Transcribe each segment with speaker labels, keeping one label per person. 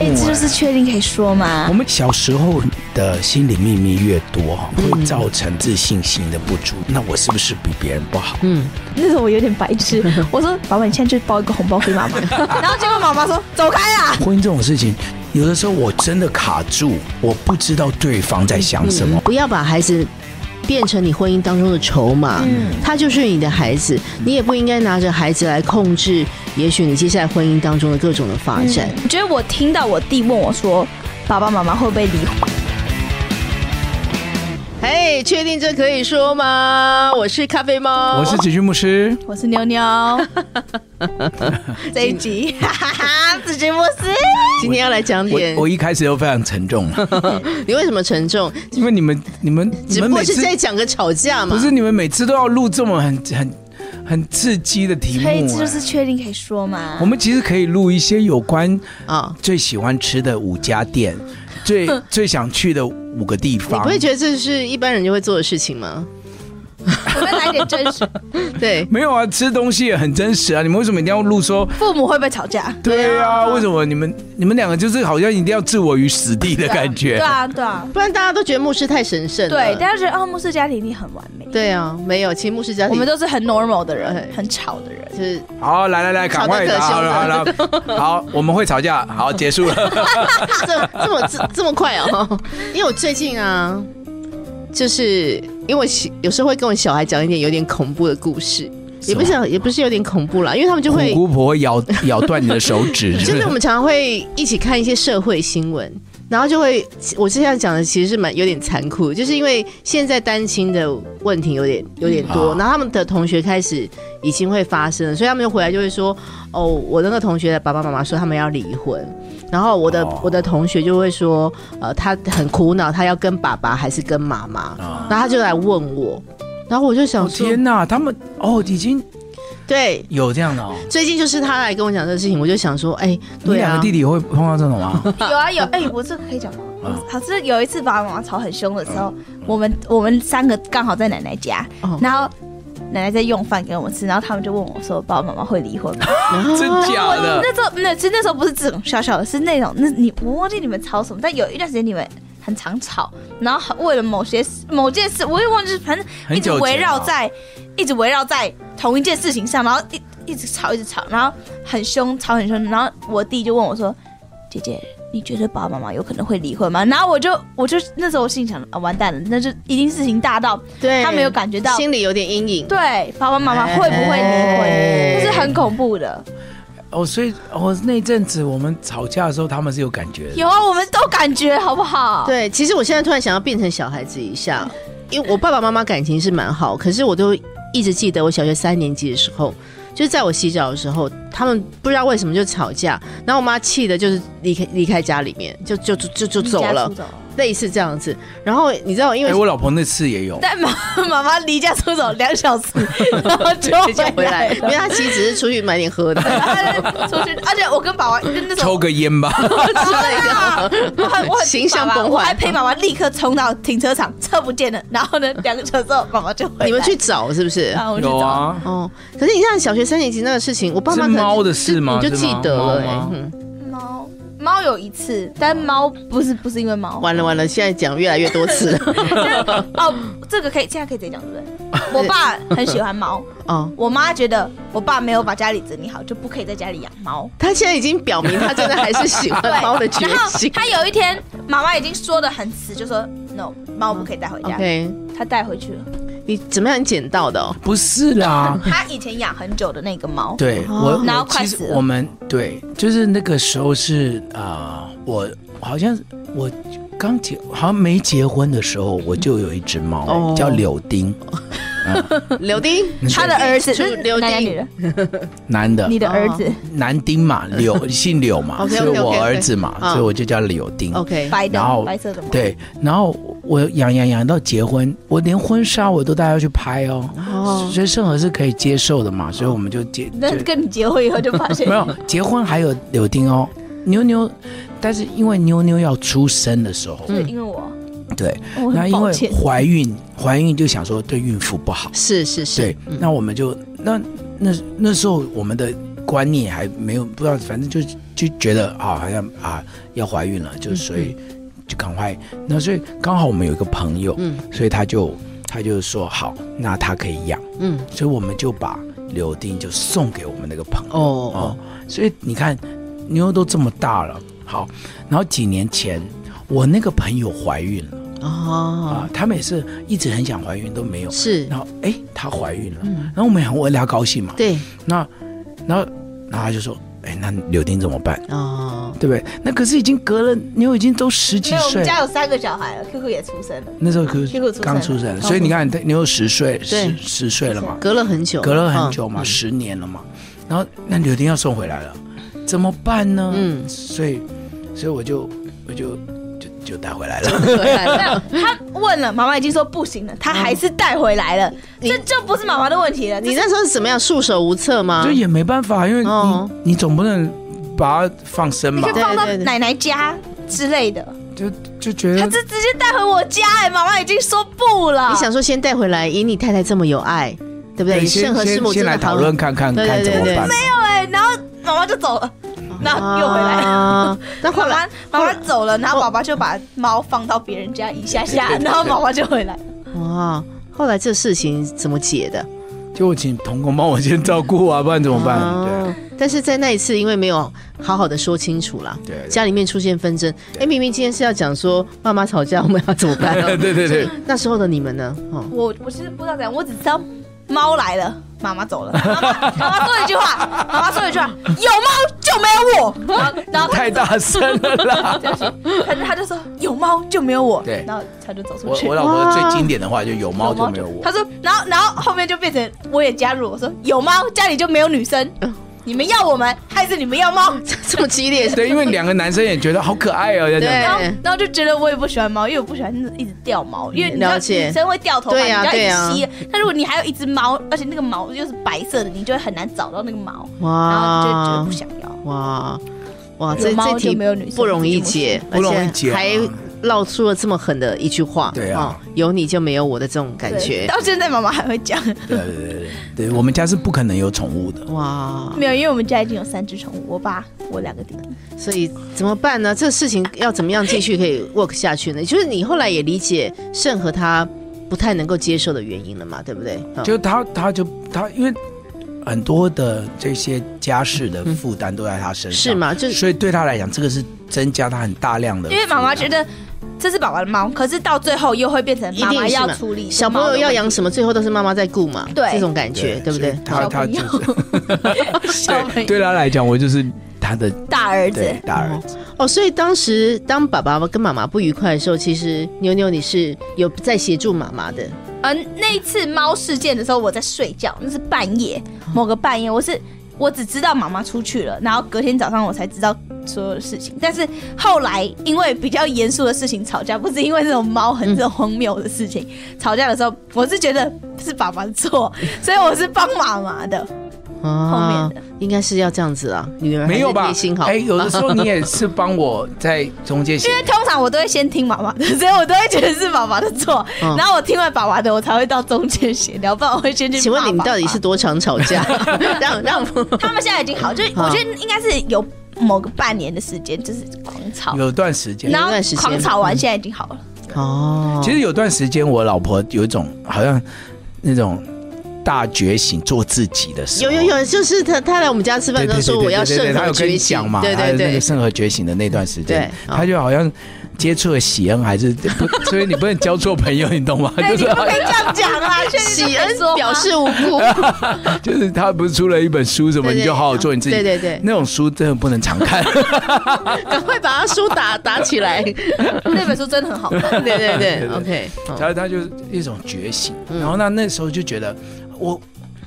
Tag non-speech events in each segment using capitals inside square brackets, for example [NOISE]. Speaker 1: 哎
Speaker 2: 啊
Speaker 1: 是确定可以说吗
Speaker 2: 我？们小时候的心理秘密越多，会造成自信心的不足。那我是不是比别人不好？
Speaker 3: 嗯，
Speaker 1: 那时候我有点白
Speaker 2: [LAUGHS]
Speaker 1: 痴，我说爸爸，你现在就包一个红包给妈妈。然后结果妈妈说走开啊！
Speaker 2: 婚姻这种事情，有的时候我真的卡住，我不知道对方在想什么。
Speaker 3: 不要把孩子变成你婚姻当中的筹码，
Speaker 2: 嗯
Speaker 3: 他就是你的孩子，你也不应该拿着孩子来控制，也许你接下来婚姻当中的各种的发展。
Speaker 2: 嗯
Speaker 1: 我觉得我听到我弟问我说，爸爸妈妈会不会离婚？
Speaker 3: 嘿，确定这可以说吗？我是咖啡猫，
Speaker 2: 我是几句牧师，
Speaker 1: 我是妞妞，
Speaker 2: [LAUGHS]
Speaker 1: 这一集，哈哈哈，子君牧师，
Speaker 3: 今天要来讲
Speaker 2: 我
Speaker 3: 点，
Speaker 2: 我一开始就非常沉重，
Speaker 3: 嗯你为什么沉重？
Speaker 2: 因为你们你
Speaker 3: [LAUGHS]
Speaker 2: 们你
Speaker 3: 只不
Speaker 2: 们
Speaker 3: 过
Speaker 2: 每
Speaker 3: 是啊
Speaker 2: 次
Speaker 3: 在讲个吵架嘛，
Speaker 2: 不是你们每次都要录这么很很很刺激的题目、
Speaker 1: 所以这就
Speaker 2: 哎
Speaker 1: 是确定可以说吗
Speaker 2: 我？们其实可以录一些有关
Speaker 3: 啊？
Speaker 2: 最喜欢吃的五家店，
Speaker 3: [LAUGHS]
Speaker 2: 最最想去的五个地
Speaker 3: 你
Speaker 2: 方
Speaker 3: 不。会觉得这是一般人就会做的事情
Speaker 2: [LAUGHS]
Speaker 3: 吗？
Speaker 2: 啊
Speaker 1: 我们来点真实，
Speaker 3: 对，
Speaker 2: 没有啊，吃东西也很真实啊。你们为什么一定要录说？
Speaker 1: 父母会不会吵架？
Speaker 2: 对啊，为什么你们你们两个就是好像一定要置我于死地的感觉？
Speaker 1: 对啊，对啊，
Speaker 3: 不然大家都觉得牧师太神圣了。
Speaker 1: 对，大家觉得哦，牧师家庭一定很完美，
Speaker 3: 对啊，没有，其实牧师
Speaker 2: 哎
Speaker 3: 家庭
Speaker 1: 我们都是很 normal 的人
Speaker 3: 对，
Speaker 1: 很吵的人。
Speaker 3: 就是
Speaker 2: 好，来来来，赶快，
Speaker 3: 吵得可
Speaker 2: 好
Speaker 3: 凶
Speaker 2: 了好了，好，我们会吵架，好，结束了。
Speaker 3: 这么这么这这么快哦， [LAUGHS] 因为我最近啊，就是因为我喜有时候会跟我小孩讲一点有点恐怖的故事， [LAUGHS] 也不是也不是有点恐怖啦，因为他们就
Speaker 2: 虎
Speaker 3: 会
Speaker 2: 姑婆会咬咬断你的手 [LAUGHS]
Speaker 3: [LAUGHS]
Speaker 2: 指，是
Speaker 3: 就
Speaker 2: 不
Speaker 3: 是我
Speaker 2: 是？
Speaker 3: 们常常会一起看一些社会新闻，然后就会我现在讲的其实是蛮有点残酷，就是因为现在单亲的问题有点有点多，
Speaker 2: 啊
Speaker 3: 然后他们的同学开始已经会发生了，所以他们就回来就会说，哦，我那个同学的爸爸妈妈说他们要离婚。然后我的、
Speaker 2: 哦
Speaker 3: 我的同学就会说，呃，他很苦恼，他要跟爸爸还是跟妈妈，
Speaker 2: 啊
Speaker 3: 然后他就来问我，然后我就想
Speaker 2: 哦
Speaker 3: 说，
Speaker 2: 天哪，他们哦已经
Speaker 3: 对，
Speaker 2: 有这样的哦。
Speaker 3: 最近就是他来跟我讲这个事情，我就想说，哎，
Speaker 2: 你
Speaker 3: 对
Speaker 2: 两
Speaker 3: 啊
Speaker 2: 个，弟弟会碰到这种
Speaker 3: [LAUGHS]
Speaker 2: 吗？
Speaker 1: [LAUGHS] 有啊有，哎、我这个可以讲吗？
Speaker 2: 啊
Speaker 1: 好，是有一次爸爸妈妈吵很凶的时候，我们我们三个刚好在奶奶家，
Speaker 3: 哦
Speaker 1: 然后奶奶在用饭给我们吃，然后他们就问我说：“爸爸妈妈会离婚吗
Speaker 2: 真假？”
Speaker 3: [LAUGHS]
Speaker 1: 哦
Speaker 2: 的？
Speaker 1: 那时候那其实那时候不是这种小小的，是那种那你我忘记你们吵什么，但有一段时间你们很常吵，然后很为了某些事某件事，我也忘记，反正
Speaker 2: 很
Speaker 1: 一直
Speaker 2: 久
Speaker 1: 围
Speaker 2: 前
Speaker 1: 绕
Speaker 2: 哦
Speaker 1: 在、一直围绕在同一件事情上，然后一一直吵一直吵，然后很凶吵很凶，然后我弟就问我说：“姐姐，你觉得爸爸妈妈有可能会离婚吗？”然后我就我就那时候我心里想啊，完蛋了，那就一定事情大到
Speaker 3: 对，
Speaker 1: 他没有感觉到
Speaker 3: 心里有点阴影。
Speaker 1: 对爸爸妈妈
Speaker 2: 哎
Speaker 1: 会不会离
Speaker 3: 哎
Speaker 1: 婚，这是很恐怖的。
Speaker 2: 哦，所以哦那阵子我们吵架的时候，他们是有感觉的。
Speaker 1: 有啊，我们都感觉好不好？
Speaker 3: 对，其实我现在突然想要变成小孩子一下，因为我爸爸妈妈感情是蛮好，可是我都一直记得我小学三年级的时候，就是在我洗澡的时候，他们不知道为什么就吵架，然后我妈气的就是离开离开家里面，就就就就就
Speaker 1: 离
Speaker 3: 走
Speaker 1: 家
Speaker 3: 了
Speaker 1: 出，走。
Speaker 3: 类似这样子。然后你知道，
Speaker 2: [LAUGHS]
Speaker 3: 因
Speaker 2: 哎、
Speaker 3: 为
Speaker 2: 我老婆那次也有，
Speaker 1: 但妈妈妈离家出走两小 [LAUGHS] 时，然后就
Speaker 3: 就回
Speaker 1: 哎回
Speaker 3: 来，
Speaker 1: 来
Speaker 3: 因为
Speaker 1: 了。
Speaker 3: 他其实只是出去买点喝的
Speaker 1: 然后就出去，而且我跟爸爸就那时候
Speaker 2: 抽个烟吧。
Speaker 3: 之类
Speaker 1: [LAUGHS]
Speaker 3: 的。
Speaker 1: 我很我很
Speaker 3: 形象
Speaker 1: 爸爸
Speaker 3: 崩坏
Speaker 1: 我还陪妈妈立刻冲到停车场，车不见了。然后呢，两个小时后妈妈就回来。
Speaker 3: 你们去找是不是？
Speaker 1: 啊，我去
Speaker 2: 有
Speaker 1: 找。
Speaker 2: 啊，
Speaker 3: 哦，可是你像小学三年级那个事情，我爸妈
Speaker 2: 是
Speaker 3: 可能
Speaker 2: 猫的
Speaker 3: 就
Speaker 2: 事吗
Speaker 3: 你就是记
Speaker 2: 吗
Speaker 3: 得了、
Speaker 2: 猫
Speaker 3: 欸
Speaker 2: 吗。
Speaker 3: 嗯
Speaker 1: 猫猫有一次，但猫不是不是因为猫。
Speaker 3: 完了完了，现在讲越来越多次了。
Speaker 1: [LAUGHS] 哦，这个可以现在可以直接讲对 [LAUGHS] 不对？我爸很喜欢猫，
Speaker 3: 哦，
Speaker 1: 我妈觉得我爸没有把家里整理好，就不可以在家里养猫。
Speaker 3: 他现在已经表明他真的还是喜欢猫的决
Speaker 1: 然后 [LAUGHS]
Speaker 3: 心。
Speaker 1: 他有一天，妈妈已经说的很死，就说 no，猫不可以带回家。
Speaker 3: OK，
Speaker 1: 他带回去了，
Speaker 3: 你怎么样捡到
Speaker 1: [LAUGHS]
Speaker 3: 的、哦？
Speaker 2: 不是
Speaker 3: [LAUGHS]
Speaker 2: 啦。
Speaker 1: 他以前养很久的那个猫。
Speaker 2: 对
Speaker 3: 哦
Speaker 2: 我，
Speaker 1: 然后
Speaker 2: 我
Speaker 1: 快
Speaker 2: 其实
Speaker 1: 死了
Speaker 2: 我们对，就是那个时候是啊、呃我好像我刚结，好像没结婚的时候，我就有一只猫、
Speaker 3: 哦
Speaker 2: 叫柳丁，
Speaker 3: 柳丁，
Speaker 1: 他的儿子
Speaker 3: 就是柳
Speaker 1: 男的女
Speaker 3: 丁。
Speaker 1: 的，
Speaker 2: 男的，
Speaker 1: 你的儿子
Speaker 2: 男丁
Speaker 3: [LAUGHS]
Speaker 2: 嘛，柳姓柳嘛，
Speaker 3: OK，OK，
Speaker 2: 是我
Speaker 3: OK，OK
Speaker 2: 儿子嘛，
Speaker 3: 嗯
Speaker 2: 所以我就叫柳丁。
Speaker 3: OK，
Speaker 1: 白的
Speaker 2: 然后
Speaker 1: 白色的猫。
Speaker 2: 对，然后我养养养到结婚，我连婚纱我都带他去拍哦，
Speaker 3: 哦
Speaker 2: 所以盛和是可以接受的嘛，所以我们就接
Speaker 1: 那
Speaker 2: 就
Speaker 1: 跟你结婚以后就发现 [LAUGHS]
Speaker 2: 没有结婚还有柳丁哦，妞妞，但是因为妞妞要出生的时候，
Speaker 1: 是因为我，
Speaker 2: 对，
Speaker 1: 嗯我
Speaker 2: 那
Speaker 1: 很
Speaker 2: 因
Speaker 1: 抱
Speaker 2: 为
Speaker 1: 歉。
Speaker 2: 怀孕，怀孕就想说对孕妇不好，
Speaker 3: 是是是
Speaker 2: 对，，那我们就那那那时候我们的。观念还没有不知道，反正就就觉得啊，好像啊要怀孕了，就所
Speaker 1: 嗯
Speaker 2: 以就赶快。那所以刚好我们有一个朋友，
Speaker 3: 嗯
Speaker 2: 所以他就他就说好，那他可以养，
Speaker 3: 嗯，
Speaker 2: 所以我们就把柳丁就送给我们那个朋友。
Speaker 3: 哦
Speaker 2: 哦，所以你看，妞都这么大了，好，然后几年前我那个朋友怀孕了
Speaker 3: 哦哦
Speaker 2: 啊，，他们也是一直很想怀孕都没有，
Speaker 3: 是，
Speaker 2: 然后哎，她怀孕了，
Speaker 3: 嗯
Speaker 2: 然后我们也很为她高兴嘛，
Speaker 3: 对，
Speaker 2: 那，然后，然后他就说，哎，那柳丁怎么办？
Speaker 3: 哦，
Speaker 2: 对不对？那可是已经隔了，妞已经都十几
Speaker 1: 没有，我
Speaker 2: 岁
Speaker 1: 们
Speaker 2: 了，
Speaker 1: 家有三个小孩了，QQ 也出生了，
Speaker 2: 那时候可
Speaker 1: 屁股出
Speaker 2: 是
Speaker 1: 生
Speaker 2: 刚出生，所以你看，妞十岁，
Speaker 3: 对
Speaker 2: 十十岁了嘛，
Speaker 3: 隔了很久，
Speaker 2: 隔了很久嘛，
Speaker 3: 嗯
Speaker 2: 十年了嘛，然后那柳丁要送回来了，怎么办呢？
Speaker 3: 嗯
Speaker 2: 所以，所以我就我就就就带回来
Speaker 3: [LAUGHS]
Speaker 2: 了。
Speaker 3: 嗯回来
Speaker 1: 没有
Speaker 3: 了，
Speaker 1: 他问了，妈妈已经说不行了，他还是带回来了，
Speaker 3: [LAUGHS] 你
Speaker 1: 这就不是妈妈的问题了。
Speaker 3: 你
Speaker 1: 这
Speaker 3: 那时候是怎么样？束手无策吗
Speaker 2: 就？也没办法，因为你、
Speaker 3: 哦
Speaker 2: 你总不能把它放生嘛
Speaker 1: 你可，以放到
Speaker 3: 对对对
Speaker 1: 奶奶家之类的，
Speaker 2: 就就觉
Speaker 1: 他
Speaker 2: 得
Speaker 1: 这直接带回我家哎、妈妈已经说不了。
Speaker 3: 嗯你想说先带回来，以你太太这么有爱，对不对？你
Speaker 2: 先
Speaker 3: 圣和师
Speaker 2: 先
Speaker 3: 母
Speaker 2: 先
Speaker 3: 真
Speaker 2: 来
Speaker 3: 的
Speaker 2: 讨
Speaker 3: 好
Speaker 2: 论看看
Speaker 3: 对
Speaker 2: 看
Speaker 3: 对
Speaker 2: 怎么
Speaker 3: 对
Speaker 2: 办。
Speaker 1: 没有哎、然后妈妈就走了，然后又回来了。
Speaker 3: 啊。哦那后
Speaker 1: 妈
Speaker 3: 来哦
Speaker 1: 妈妈妈走了，然后爸爸就把猫放到别人家一下
Speaker 3: [LAUGHS]
Speaker 1: 下，然后妈妈就回来。
Speaker 3: 哇，后来这事情怎么解的？
Speaker 2: 就我请童工帮我先照顾啊，不然怎么办？
Speaker 3: 哦但是在那一次，因为没有好好的说清楚啦，
Speaker 2: 对对
Speaker 3: 家里面出现纷争。哎，明明今天是要讲说爸妈吵架，我们要怎么办、
Speaker 2: [LAUGHS] 对
Speaker 3: 啊？
Speaker 2: 对对对，
Speaker 3: 那时候的你们呢？
Speaker 2: [LAUGHS]
Speaker 3: 哦，
Speaker 1: 我我其实不知道怎样，我只知道猫来了，妈妈走了。妈妈妈妈说一句话，妈妈说一句话，有猫就没有我。然后然后
Speaker 2: 太大声了
Speaker 3: [LAUGHS]
Speaker 2: 啦！
Speaker 1: 他就他就说有猫就没有我。
Speaker 2: 对
Speaker 1: 然后他就走出
Speaker 2: 我
Speaker 1: 去。
Speaker 2: 我老婆最经典的话就有猫
Speaker 1: 有
Speaker 2: 就没有我
Speaker 1: 他，说，然后然后后面就变成我也加入，我说有猫家里就没有女生，
Speaker 3: 嗯
Speaker 1: 你们要我们还是你们要
Speaker 3: [LAUGHS]
Speaker 1: 猫？
Speaker 3: 这么激烈，
Speaker 2: 对，因为两个男生也觉得好可爱哦，要这
Speaker 3: 对
Speaker 1: 然
Speaker 2: 样
Speaker 1: 后，然后就觉得我也不喜欢猫，因为我不喜欢一直掉毛，因为你知道
Speaker 3: 嗯了解
Speaker 1: 女生会掉头发，
Speaker 3: 对呀
Speaker 1: 你就
Speaker 3: 对啊
Speaker 1: 要
Speaker 3: 呀
Speaker 1: 一直吸。但如果你还有一只猫，而且那个毛又是白色的，你就会很难找到那个毛，
Speaker 3: 啊
Speaker 1: 然后就觉得
Speaker 3: 哇
Speaker 1: 不想要。
Speaker 3: 哇哇，
Speaker 1: 有
Speaker 3: 这
Speaker 1: 猫
Speaker 3: 这
Speaker 1: 就
Speaker 3: 题
Speaker 1: 没有女生
Speaker 3: 不容易解，
Speaker 2: 不容易解啊
Speaker 3: 而且还唠出了这么狠的一句话，
Speaker 2: 对啊
Speaker 3: 哦，有你就没有我的这种感
Speaker 1: 对
Speaker 3: 觉，
Speaker 1: 到现在妈妈还会讲，
Speaker 2: 对对对对对，我们家是不可能有宠物的，
Speaker 3: 哇，
Speaker 1: 没有，因为我们家已经有三只宠物，我爸，我两个弟弟。
Speaker 3: 所以怎么办呢？这事情要怎么样继续可以 work 下去呢？就是你后来也理解盛和他不太能够接受的原因了嘛，对不对？嗯
Speaker 2: 就他他就他，因为很多的这些家事的负担都在他身上，
Speaker 3: 是？嘛？就是
Speaker 2: 所以对他来讲，这个是增加他很大量的负担，
Speaker 1: 因为妈妈觉得这是爸爸的猫，可是到最后又会变成妈
Speaker 3: 一定
Speaker 1: 妈
Speaker 3: 是嘛
Speaker 1: 要处理
Speaker 3: 小朋友要养什
Speaker 1: 么
Speaker 3: 么，最后都是妈妈在顾嘛，
Speaker 1: 对
Speaker 3: 这种感觉，对不对
Speaker 2: 所以？他
Speaker 1: 小
Speaker 2: 他
Speaker 1: 朋
Speaker 2: 就
Speaker 1: 友
Speaker 2: 是
Speaker 1: [LAUGHS]
Speaker 3: [LAUGHS]
Speaker 1: 小朋
Speaker 2: 对
Speaker 1: 友
Speaker 2: 对他来讲，我就是他的
Speaker 1: 大儿子。嗯
Speaker 2: 对大儿子。
Speaker 3: 哦，所以当时当爸爸跟妈妈不愉快的时候，其实妞妞你是有在协助妈妈的，
Speaker 1: 嗯、那一次猫事件的时候，我在睡觉，那是半夜，某个半夜，我是我只知道妈妈出去了，然后隔天早上我才知道所有的事情。但是后来因为比较严肃的事情吵架，不是因为这种猫
Speaker 3: 嗯
Speaker 1: 很这种荒谬的事情、吵架的时候，我是觉得是爸爸的错，所以我是帮妈妈的。
Speaker 3: 啊
Speaker 1: 后面的
Speaker 3: 应该是要这样子啊，女儿还是
Speaker 2: 没有吧
Speaker 3: 内心？好，
Speaker 2: 哎，有的时候你也是帮我在中间写
Speaker 1: 因为通常我都会先听妈妈的，所以我都会觉得是爸爸的错。
Speaker 3: 嗯
Speaker 1: 然后我听完爸爸的，我才会到中间闲聊，不然我会先去。
Speaker 3: 请问你们到底是？多长吵架？让让 [LAUGHS]
Speaker 1: 他们现在已经好，就是
Speaker 3: 好
Speaker 1: 我觉得应该是有某个半年的时间，就是狂吵，
Speaker 2: 有段时间
Speaker 1: 然，后
Speaker 3: 有一段时间
Speaker 1: 狂吵完现在已经
Speaker 3: [LAUGHS]
Speaker 1: 好了。
Speaker 3: 哦，
Speaker 2: 其实有段时间我老婆有一种好像那种大觉醒做自己的时
Speaker 3: 有
Speaker 2: 候。
Speaker 3: 有。有，就是他他来我们家吃饭，
Speaker 2: 对对
Speaker 3: 他
Speaker 2: 对
Speaker 3: 说
Speaker 2: 对
Speaker 3: 我要
Speaker 2: 对对
Speaker 3: 圣
Speaker 2: 对他
Speaker 3: 和
Speaker 2: 有跟
Speaker 3: 觉
Speaker 2: 你
Speaker 3: 醒
Speaker 2: 讲嘛，，
Speaker 3: 对
Speaker 2: 他
Speaker 3: 对
Speaker 2: 那个
Speaker 3: 对，
Speaker 2: 圣和觉醒的那段时间，
Speaker 3: 对哦
Speaker 2: 他就好像接触了喜恩，还是不， [LAUGHS] 所以你不能交错朋友，你懂吗？
Speaker 1: 哎，
Speaker 2: 就
Speaker 1: 你不
Speaker 2: 是
Speaker 1: 可以这
Speaker 3: [LAUGHS]
Speaker 1: 样讲啊！确实
Speaker 3: 喜
Speaker 1: 不可以说
Speaker 3: 恩
Speaker 1: 吗
Speaker 3: 表示无辜，
Speaker 2: [LAUGHS] 就是他不是出了一本书什么，
Speaker 3: 对对
Speaker 2: 你就好好做你自己。
Speaker 3: 对对对
Speaker 2: 那种书真的不能常
Speaker 3: [LAUGHS]
Speaker 2: 看。
Speaker 3: 赶快把他书打打起来，
Speaker 1: [LAUGHS] 那本书真的很好看。
Speaker 3: 对对对
Speaker 2: 对
Speaker 3: ，OK，好
Speaker 2: 然后他就是一种觉醒，
Speaker 3: 嗯
Speaker 2: 然后那那时候就觉得我，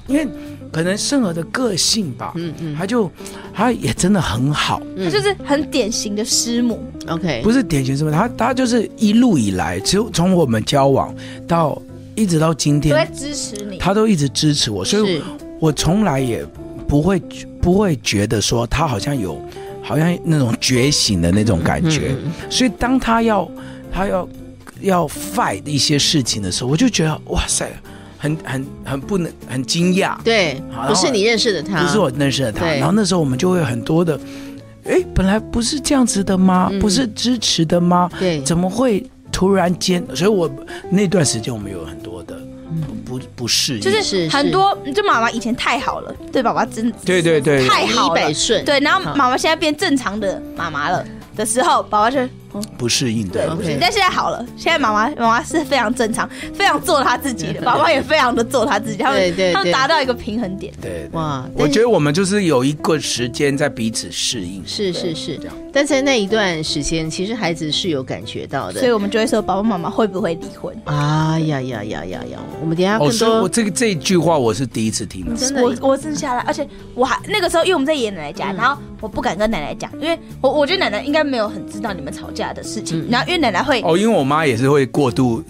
Speaker 2: 因为可能盛和的个性吧，
Speaker 3: 嗯嗯
Speaker 2: 他就他也真的很好，
Speaker 1: 她就是很典型的师母，
Speaker 3: ，OK，
Speaker 2: 不是典型什么，他他就是一路以来，只有从我们交往到一直到今
Speaker 1: 都在
Speaker 2: 天，
Speaker 1: 支持你。
Speaker 2: 他都一直支持我，所以
Speaker 3: 是
Speaker 2: 我从来也不会不会觉得说他好像有好像那种觉醒的那种感觉，
Speaker 3: 嗯嗯
Speaker 2: 所以当他要他要要 fight 一些事情的时候，我就觉得哇塞，很很很不能很惊讶，
Speaker 3: 对，
Speaker 2: 好
Speaker 3: 不是你认识的他，
Speaker 2: 不是我认识的他。
Speaker 3: 啊对
Speaker 2: 然后那时候我们就会有很多的，哎，本来不是这样子的吗？
Speaker 3: 嗯
Speaker 2: 不是支持的吗？
Speaker 3: 对，
Speaker 2: 怎么会突然间？所以我那段时间我们有很多的不不不适应，
Speaker 1: 就是
Speaker 3: 嗯是
Speaker 1: 很多，就妈妈以前太好了，对爸爸真
Speaker 2: 对对对
Speaker 1: 太好
Speaker 3: 一
Speaker 1: 了
Speaker 3: 百，顺，
Speaker 1: 对，然后
Speaker 3: 好
Speaker 1: 妈妈现在变正常的妈妈了的时候，宝宝就嗯
Speaker 2: 不适应
Speaker 1: 对
Speaker 2: 的。
Speaker 3: OK
Speaker 1: 但现在好了，现在妈妈妈妈是非常正常，非常做她自己的，宝宝也非常的做她自己，他们
Speaker 3: 对对
Speaker 1: 他们
Speaker 3: 对
Speaker 1: 达到一个平衡点。
Speaker 2: 对，
Speaker 3: 哇，
Speaker 2: 我
Speaker 3: 但
Speaker 2: 觉得我们就是有一个时间在彼此适应。
Speaker 3: 是是是
Speaker 2: 这样，
Speaker 3: 但在那一段时间，其实孩子是有感觉到
Speaker 1: 所以
Speaker 3: 的。
Speaker 1: 我们就会说，爸爸妈妈会不会离婚？
Speaker 3: 啊呀呀呀呀呀！我们等一下
Speaker 2: 哦，
Speaker 3: 更
Speaker 2: 是我
Speaker 3: 多
Speaker 2: 这个这一句话我是第一次听的。
Speaker 3: 真的嗯
Speaker 1: 我我生下来，而且我还那个时候，因为我们在爷爷奶奶家，然后我不敢跟奶奶讲，因为我我觉得奶奶应该没有很知道你们吵架的事
Speaker 3: 嗯
Speaker 1: 情，然后因为奶奶会，
Speaker 2: 哦，因为我妈也是会过度，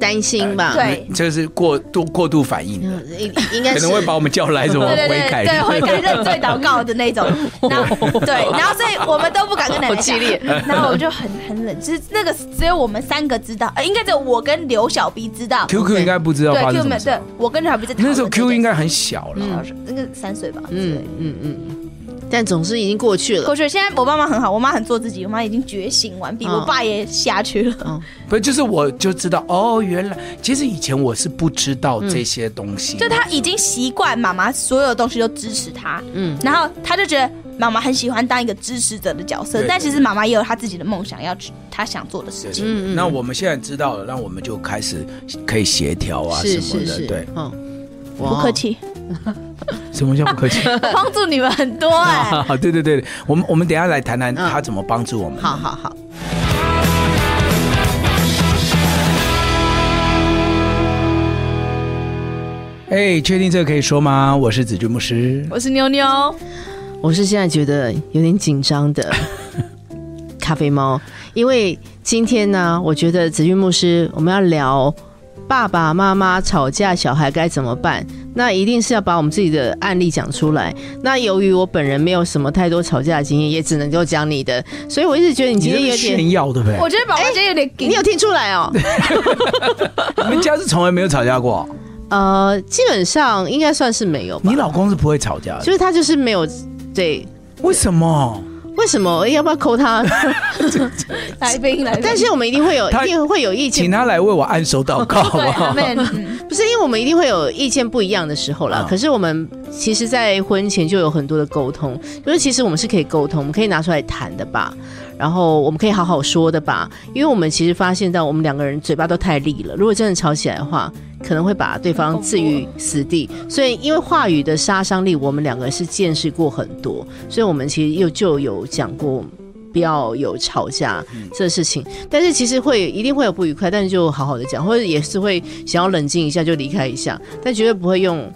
Speaker 3: 担心吧？
Speaker 1: 对
Speaker 2: 就是过度过度反应的，
Speaker 3: 嗯，应应该
Speaker 2: 可
Speaker 3: 是
Speaker 2: 能会把我们叫来什么
Speaker 1: [LAUGHS] 对对
Speaker 2: 悔
Speaker 1: 对
Speaker 2: 改。
Speaker 1: 对悔改认罪祷告的那种，然后对，然后所以我们都不敢跟奶奶
Speaker 3: 好
Speaker 1: 讲
Speaker 3: 激烈，
Speaker 1: 然后我就很很冷，只是那个只有我们三个知道，呃，应该只有我跟刘小 B 知道，
Speaker 2: QQ 应该不知道
Speaker 1: 对
Speaker 2: 发生
Speaker 1: ，Q
Speaker 2: 什么
Speaker 1: 们
Speaker 2: 事
Speaker 1: 对。我跟小 B 在讨论
Speaker 2: 那时候
Speaker 1: 这件
Speaker 2: Q
Speaker 1: 事
Speaker 2: 应该很小了，
Speaker 1: 好像是那个三岁吧，
Speaker 3: 嗯
Speaker 1: 嗯。
Speaker 3: 嗯嗯，但总之已经过去了
Speaker 1: 我。觉得现在我爸妈很好，我妈很做自己，我妈已经觉醒完毕，
Speaker 3: 嗯
Speaker 1: 我爸也下去了。
Speaker 2: 不就是我就知道哦，原来其实以前我是不知道这些东
Speaker 1: [LAUGHS]
Speaker 2: 西，
Speaker 1: 嗯就他已经习惯妈妈所有东西都支持他，
Speaker 3: 嗯，
Speaker 1: 然后他就觉得妈妈很喜欢当一个支持者的角色
Speaker 2: 对，
Speaker 1: 但其实妈妈也有她自己的梦想，要去她想做的事
Speaker 2: 对。
Speaker 1: 情。
Speaker 2: 对对那我们现在知道了，那我们就开始可以协调啊什
Speaker 3: 是
Speaker 2: 么
Speaker 3: 是
Speaker 2: 的，
Speaker 3: 是，
Speaker 2: 对，
Speaker 3: 嗯，
Speaker 1: 不
Speaker 3: 不
Speaker 1: 客，气，
Speaker 2: 什么叫不客气？
Speaker 1: [LAUGHS] 我帮助你们很多
Speaker 2: [LAUGHS]
Speaker 1: 哎、
Speaker 2: 啊，对对对，我们我们等一下来谈谈
Speaker 3: 嗯
Speaker 2: 他怎么帮助我们。
Speaker 3: 好好好。
Speaker 2: 哎，确定这个可以说吗？我是子君牧师。
Speaker 1: 我是妞妞，
Speaker 3: 我是现在觉得有点紧
Speaker 2: [LAUGHS]
Speaker 3: 张的咖啡猫，因为今天呢，我觉得子君牧师我们要聊爸爸妈妈吵架，小孩该怎么办？那一定是要把我们自己的案例讲出来。那由于我本人没有什么太多吵架的经验，也只能够讲你的，所以我一直觉得你今天
Speaker 2: 你
Speaker 3: 有
Speaker 2: 是
Speaker 3: 点，
Speaker 2: 炫耀对不对？
Speaker 1: 我觉得宝宝今天有点
Speaker 3: 你
Speaker 1: 紧，
Speaker 3: 有听出来哦？
Speaker 2: 你们家是从来没有吵架
Speaker 3: [LAUGHS]
Speaker 2: 过，
Speaker 3: 呃，基本上应该算是没有吧
Speaker 2: 你，老公是不会吵架的，
Speaker 3: 就是他就是没有对。
Speaker 2: 为什么？
Speaker 3: 为什么要不要
Speaker 2: [LAUGHS]
Speaker 3: 扣他？
Speaker 1: 来宾来宾，
Speaker 3: 但是我们一定会有，
Speaker 2: 他
Speaker 3: 一定会有意见
Speaker 2: 请他来为我按手祷
Speaker 3: [LAUGHS]
Speaker 2: 告好
Speaker 1: 对
Speaker 2: 不
Speaker 1: 阿
Speaker 2: [LAUGHS]
Speaker 3: 啊
Speaker 2: 好？
Speaker 1: 妹，嗯
Speaker 3: 不是，因为我们一定会有意见不一样的时候啦。
Speaker 2: 嗯
Speaker 3: 可是我们其实，在婚前就有很多的沟通，就是其实我们是可以沟通，我们可以拿出来谈的吧。然后我们可以好好说的吧，因为我们其实发现到我们两个人嘴巴都太利了，如果真的吵起来的话，可能会把对方置于死地。所以，因为话语的杀伤力，我们两个是见识过很多，所以我们其实又就有讲过。不要有吵架这事情，但是其实会一定会有不愉快，但是就好好的讲，或者也是会想要冷静一下就离开一下，但绝对不会用，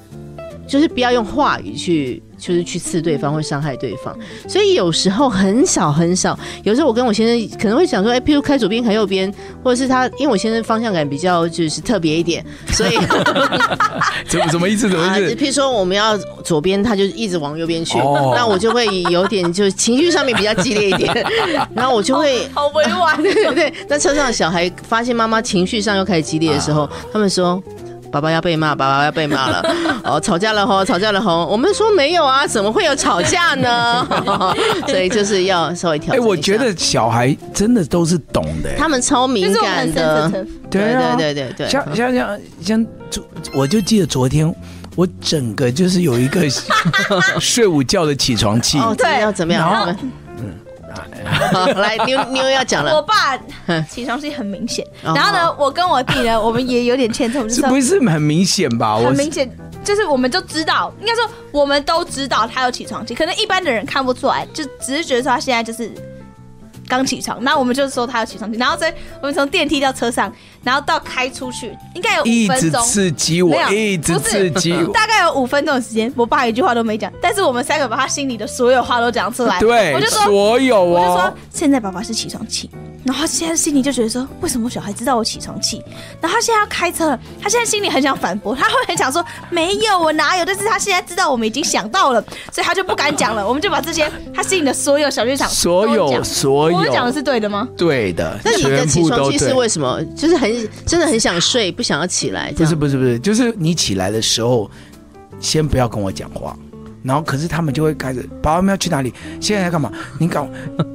Speaker 3: 就是不要用话语去，就是去刺对方或伤害对方。所以有时候很少很少，有时候我跟我先生可能会想说，哎、譬如开左边开右边，或者是他，因为我先生方向感比较就是特别一点，
Speaker 2: [LAUGHS]
Speaker 3: 所以
Speaker 2: 怎么怎么意
Speaker 3: [LAUGHS]
Speaker 2: 思？怎么
Speaker 3: 啊，
Speaker 2: 意
Speaker 3: 就
Speaker 2: 思？
Speaker 3: 譬如说我们要左边，他就一直往右边去，
Speaker 2: 哦
Speaker 3: 那我就会有点就是情绪上面比较激烈一
Speaker 2: [LAUGHS]
Speaker 3: 点，然后我就会。 [LAUGHS]
Speaker 1: 好委婉，
Speaker 3: 对对对，那车上的小孩发现妈妈情绪上又开始激烈的时
Speaker 2: 哦
Speaker 3: 候，他们说。爸爸要被骂，爸爸要被骂了，
Speaker 2: [LAUGHS]
Speaker 3: 哦，吵架了吼，吵架了吼。我们说没有啊，怎么会有吵架呢？
Speaker 2: [LAUGHS]
Speaker 3: 所以就是要稍微调
Speaker 2: 哎，
Speaker 3: 整一下。
Speaker 2: 我觉得小孩真的都是懂的。
Speaker 3: 他们超敏
Speaker 1: 就是我
Speaker 3: 感
Speaker 1: 们
Speaker 3: 的
Speaker 1: 很，sensitive，
Speaker 3: 对
Speaker 2: 啊，
Speaker 3: 对对对哦对，
Speaker 2: 像像像像昨，我就记得昨天我整个就是有一个 [LAUGHS] 睡午觉的起床气。
Speaker 3: 哦，怎么样怎么样？
Speaker 2: 然后嗯
Speaker 3: 他们好来，妞妞要讲
Speaker 1: 我
Speaker 3: 了，
Speaker 1: 爸起床气很明
Speaker 2: [LAUGHS]
Speaker 1: 显，
Speaker 3: 哦
Speaker 1: 然后呢，我跟我弟呢，我们也有点欠揍，我们就
Speaker 2: 这
Speaker 1: 说
Speaker 2: 不是很明显吧？我
Speaker 1: 很明显，就是我们就知道，应该说我们都知道他有起床气，可能一般的人看不出来，就只是觉得说他现在就是刚起床。那我们就说他有起床气，然后所以我们从电梯到车上，然后到开出去，应该有
Speaker 2: 一
Speaker 1: 五分
Speaker 2: 直
Speaker 1: 钟。
Speaker 2: 刺激
Speaker 1: 没
Speaker 2: 我，
Speaker 1: 有
Speaker 2: 一直
Speaker 1: 不是
Speaker 2: 刺激我。
Speaker 1: 大概有五分钟的时间，我爸一句话都没讲，但是我们三个把他心里的所有话都讲出来。
Speaker 2: 对
Speaker 1: 我就，说，
Speaker 2: 所有
Speaker 1: 我就说
Speaker 2: 哦，，
Speaker 1: 现在爸爸是起床气，然后他现在心里就觉得说，为什么我小孩知道我起床气？然后他现在要开车了，他现在心里很想反驳，他会很想说没有，我哪有？但是他现在知道我们已经想到了，所以他就不敢讲
Speaker 3: [LAUGHS]
Speaker 1: 了。我们就把这些他心里的所有小剧场
Speaker 2: 所
Speaker 1: 都
Speaker 2: 有
Speaker 1: 讲
Speaker 2: 所
Speaker 1: 我讲的
Speaker 2: 有
Speaker 1: 是对的吗？
Speaker 2: 对的，
Speaker 3: 那你的
Speaker 2: [LAUGHS] 全
Speaker 3: 起
Speaker 2: 部
Speaker 3: 床
Speaker 2: 都
Speaker 3: 气
Speaker 2: 对
Speaker 3: 是。为什么？就是很真的很想睡，不想要起来，
Speaker 2: 不
Speaker 3: 这
Speaker 2: 是
Speaker 3: 样
Speaker 2: 不是不是，就是你起来的时候，先不要跟我讲话。然后，可是他们就会开始，爸爸们要去哪里？现在要干嘛？你搞，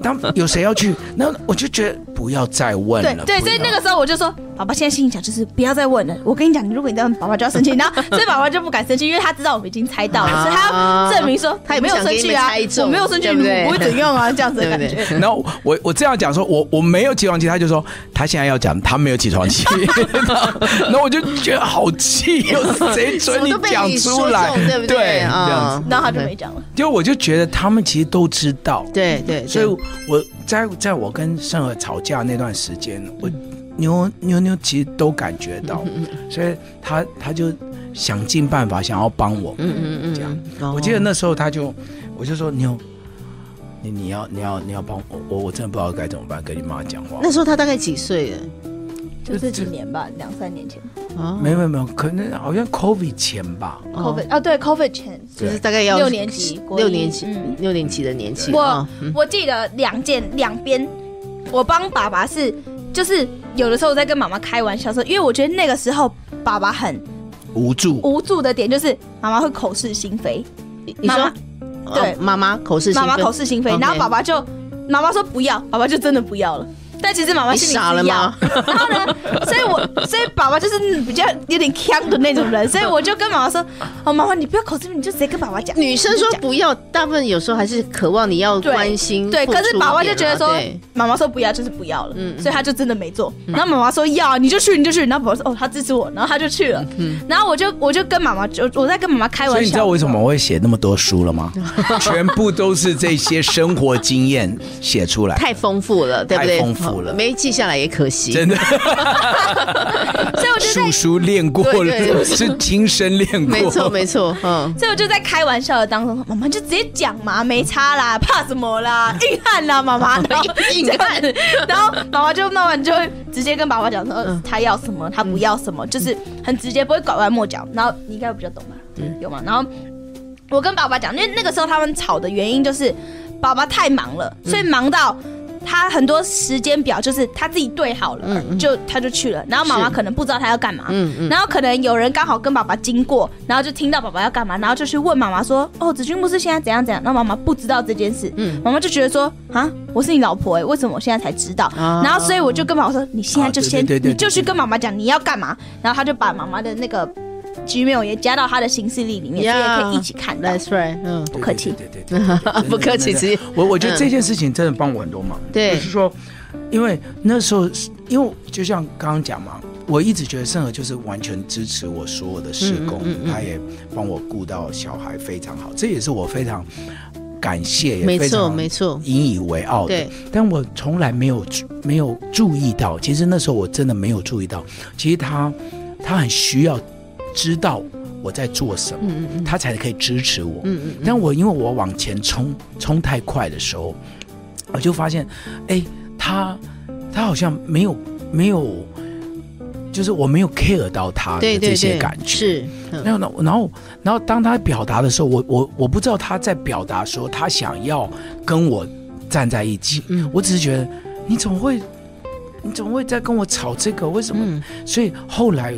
Speaker 2: 当有谁要去？ [LAUGHS] 那我就觉得不要再问
Speaker 1: 对
Speaker 2: 了。
Speaker 1: 对，
Speaker 2: 不
Speaker 1: 所
Speaker 2: 要
Speaker 1: 以那个时候我就说，爸爸现在心里想就是不要再问了。我跟你讲，如果你再问，爸爸就要生
Speaker 3: [LAUGHS]
Speaker 1: 气。然后，所以爸爸就不敢生气，因为他知道我们已经猜到了，
Speaker 3: 啊
Speaker 1: 所以他要证明说
Speaker 3: 他也
Speaker 1: 我没有
Speaker 3: 不想
Speaker 1: 生
Speaker 3: 给你
Speaker 1: 气
Speaker 3: 们
Speaker 1: 啊
Speaker 3: 猜，中
Speaker 1: 我没有生气，
Speaker 3: 对不对
Speaker 1: 我不会怎样啊，这样子的感
Speaker 2: [LAUGHS]
Speaker 3: 对不
Speaker 1: 觉。
Speaker 2: 然后我我这样讲说，我我没有起床气，他就说他现在要讲他没有起床
Speaker 3: [LAUGHS]
Speaker 2: 气，然后我就觉得好气，又是谁准
Speaker 3: [LAUGHS] 什么都被
Speaker 2: 讲
Speaker 3: 你
Speaker 2: 出
Speaker 3: 说
Speaker 2: 来
Speaker 3: 中？对不对啊
Speaker 2: 这样子，
Speaker 1: [LAUGHS] 然后他就没讲了。
Speaker 2: 就我就觉得他们其实都知道，
Speaker 3: 对对，
Speaker 2: 所以
Speaker 3: 对
Speaker 2: 我在在我跟盛和吵架那段时间，我牛牛牛其实都感觉
Speaker 3: [LAUGHS]
Speaker 2: 到，所以他他就想尽办法想要帮我。
Speaker 3: 嗯嗯嗯
Speaker 2: 这样
Speaker 3: 嗯，
Speaker 2: 我记得
Speaker 3: 哦
Speaker 2: 那时候他就，我就说牛，你你要你要你要帮我，我我真的不知道该怎么办，跟你妈讲话。
Speaker 3: 那时候他大概几岁了？
Speaker 1: 就这几年吧，两三年前
Speaker 3: 哦，
Speaker 2: 没有没有没有，可能好像 COVID 前吧，
Speaker 3: 哦
Speaker 1: ，COVID 啊，对，COVID 前，
Speaker 3: 就是大概要
Speaker 1: 六年级国一
Speaker 3: 六年级
Speaker 1: 嗯，
Speaker 3: 六年级的年纪。
Speaker 1: 我
Speaker 3: 哦嗯
Speaker 1: 我记得两件两边，我帮爸爸是，就是有的时候我在跟妈妈开玩笑的时候，因为我觉得那个时候爸爸很
Speaker 2: 无助。
Speaker 1: 无助的点就是妈妈会口是心非，
Speaker 3: 你
Speaker 1: 妈妈
Speaker 3: 说
Speaker 1: 对
Speaker 3: 哦妈妈口是心
Speaker 1: 妈妈
Speaker 3: 非
Speaker 1: 口是心非，
Speaker 3: OK
Speaker 1: 然后爸爸就妈妈说不要，爸爸就真的不要了。但其实妈妈
Speaker 3: 你
Speaker 1: 心里
Speaker 3: 傻了
Speaker 1: 是要
Speaker 3: 吗，？
Speaker 1: 然后呢，所以我所以爸爸就是比较有点呛的那种人，所以我就跟妈妈说：“哦，妈妈你不要口是心非，你就直接跟爸爸讲。”
Speaker 3: 女生说
Speaker 1: 你就讲
Speaker 3: 不要，大部分有时候还是渴望你要
Speaker 1: 对
Speaker 3: 关心。
Speaker 1: 对，
Speaker 3: 付
Speaker 1: 可是
Speaker 3: 出
Speaker 1: 爸爸
Speaker 3: 一
Speaker 1: 就
Speaker 3: 点
Speaker 1: 觉得
Speaker 3: 啊
Speaker 1: 说
Speaker 3: 对，
Speaker 1: 妈妈说不要就是不要了，
Speaker 3: 嗯嗯嗯
Speaker 1: 所以他就真的没做。然后妈妈说要啊，你就去，你就去。然后爸爸说哦，他支持我，然后他就去了。
Speaker 3: 嗯
Speaker 1: 然后我就我就跟妈妈就我在跟妈妈开玩
Speaker 2: 所
Speaker 1: 笑，
Speaker 2: 以你知道为什么我会写那么多书了
Speaker 3: [LAUGHS]
Speaker 2: 吗？全部都是这些生活经验写出来，
Speaker 3: 太丰富了，对不对？
Speaker 2: 太丰富了
Speaker 3: 没记下来也可惜。 [LAUGHS]
Speaker 2: 真的。
Speaker 1: 所以我就在
Speaker 2: 叔叔练过
Speaker 3: 对对
Speaker 2: 了，
Speaker 3: 对
Speaker 2: 是亲身练过。
Speaker 3: 没错，没错，嗯。
Speaker 1: 所以我就在开玩笑的当中，妈妈就直接讲嘛，没差啦，怕什么
Speaker 3: [LAUGHS]
Speaker 1: 啦，硬汉啦，妈妈，然后
Speaker 3: 硬
Speaker 1: 这样
Speaker 3: 汉
Speaker 1: 子，然后妈妈就慢慢就会直接跟爸爸讲说，呃
Speaker 3: 嗯
Speaker 1: 他要什么，他不要什么，就是很直接，不会拐弯抹角。然后你应该比较懂吧？有吗？然后我跟爸爸讲，因为那个时候他们吵的原因就是爸爸太忙了，
Speaker 2: 嗯
Speaker 1: 所以忙到。他很多时间表就是他自己对好了，
Speaker 3: 嗯嗯
Speaker 1: 就他就去了，然后妈妈
Speaker 3: 是
Speaker 1: 可能不知道他要干嘛，
Speaker 3: 嗯嗯，
Speaker 1: 然后可能有人刚好跟爸爸经过，然后就听到爸爸要干嘛，然后就去问妈妈说：“哦，子君不是现在怎样怎样？”那妈妈不知道这件事，
Speaker 3: 嗯
Speaker 1: 妈妈就觉得说：“啊，我是你老婆哎、为什么我现在才知道？”
Speaker 3: 啊
Speaker 1: 然后所以我就跟爸爸说：“你现在就先，
Speaker 2: 啊对对对对
Speaker 1: 你就去跟妈妈讲你要干嘛。”然后他就把妈妈的那个 Gmail 也加到他的行事历里面，所以也可以
Speaker 3: Yeah
Speaker 1: 一起看到。
Speaker 3: That's right，嗯，
Speaker 1: 不客气
Speaker 2: 对对对对
Speaker 3: [LAUGHS]
Speaker 2: 对对
Speaker 3: 不客气
Speaker 2: 真的
Speaker 3: 直
Speaker 2: 真
Speaker 3: 接
Speaker 2: 的我我觉得这件事情真的帮我很多忙。
Speaker 3: 对
Speaker 2: 就是说，因为那时候是，因为就像刚刚讲嘛，我一直觉得盛和就是完全支持我所有的施工，
Speaker 3: 嗯嗯嗯嗯
Speaker 2: 他也帮我顾到小孩非常好，这也是我非常感谢，也
Speaker 3: 没
Speaker 2: 非
Speaker 3: 错，
Speaker 2: 常
Speaker 3: 没错，
Speaker 2: 引以为傲的
Speaker 3: 对。
Speaker 2: 但我从来没有注没有注意到，其实那时候我真的没有注意到，其实他他很需要知道我在做什么，
Speaker 3: 嗯嗯
Speaker 2: 他才可以支持我。
Speaker 3: 嗯嗯嗯，
Speaker 2: 但我因为我往前冲，冲太快的时候，我就发现，哎，他他好像没有没有，就是我没有 care 到他
Speaker 3: 对
Speaker 2: 的这
Speaker 3: 对对，
Speaker 2: 些感觉。
Speaker 3: 是，嗯
Speaker 2: 然后，然后，然后，当他表达的时候，我我我不知道他在表达说他想要跟我站在一起，
Speaker 3: 嗯
Speaker 2: 我只是觉得你怎么会，你怎么会在跟我吵这个？为什么？
Speaker 3: 嗯
Speaker 2: 所以后来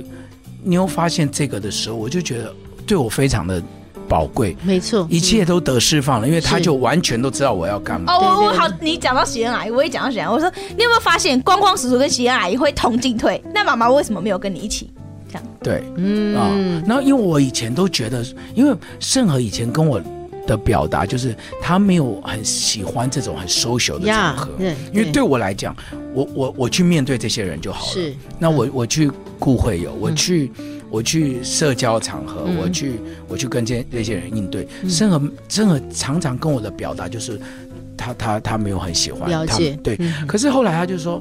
Speaker 2: 你又发现这个的时候，我就觉得对我非常的宝贵，
Speaker 3: 没错，
Speaker 2: 一切都得释放了，因为他
Speaker 3: 是
Speaker 2: 就完全都知道我要干嘛。
Speaker 1: 哦，我我
Speaker 3: 对对对
Speaker 1: 好，你讲到喜恩阿姨，我也讲到喜恩阿姨。我说，你有没有发现，光光叔叔跟喜恩阿姨会同进退？那妈妈为什么没有跟你一起？
Speaker 2: 对，
Speaker 3: 嗯
Speaker 2: 啊、
Speaker 3: 嗯
Speaker 2: 然后因为我以前都觉得，因为盛和以前跟我的表达就是他没有很喜欢这种很 social 的场合。
Speaker 3: 对
Speaker 2: 因为对我来讲，我我我去面对这些人就好了。
Speaker 3: 是，
Speaker 2: 那我我去顾会友，我去、我去社交场合，
Speaker 3: 嗯
Speaker 2: 我去我去跟这这些人应对。甚而甚而常常跟我的表达就是，他他他没有很喜欢，
Speaker 3: 了
Speaker 2: 他
Speaker 3: 解
Speaker 2: 对。
Speaker 3: 嗯
Speaker 2: 可是后来他就说，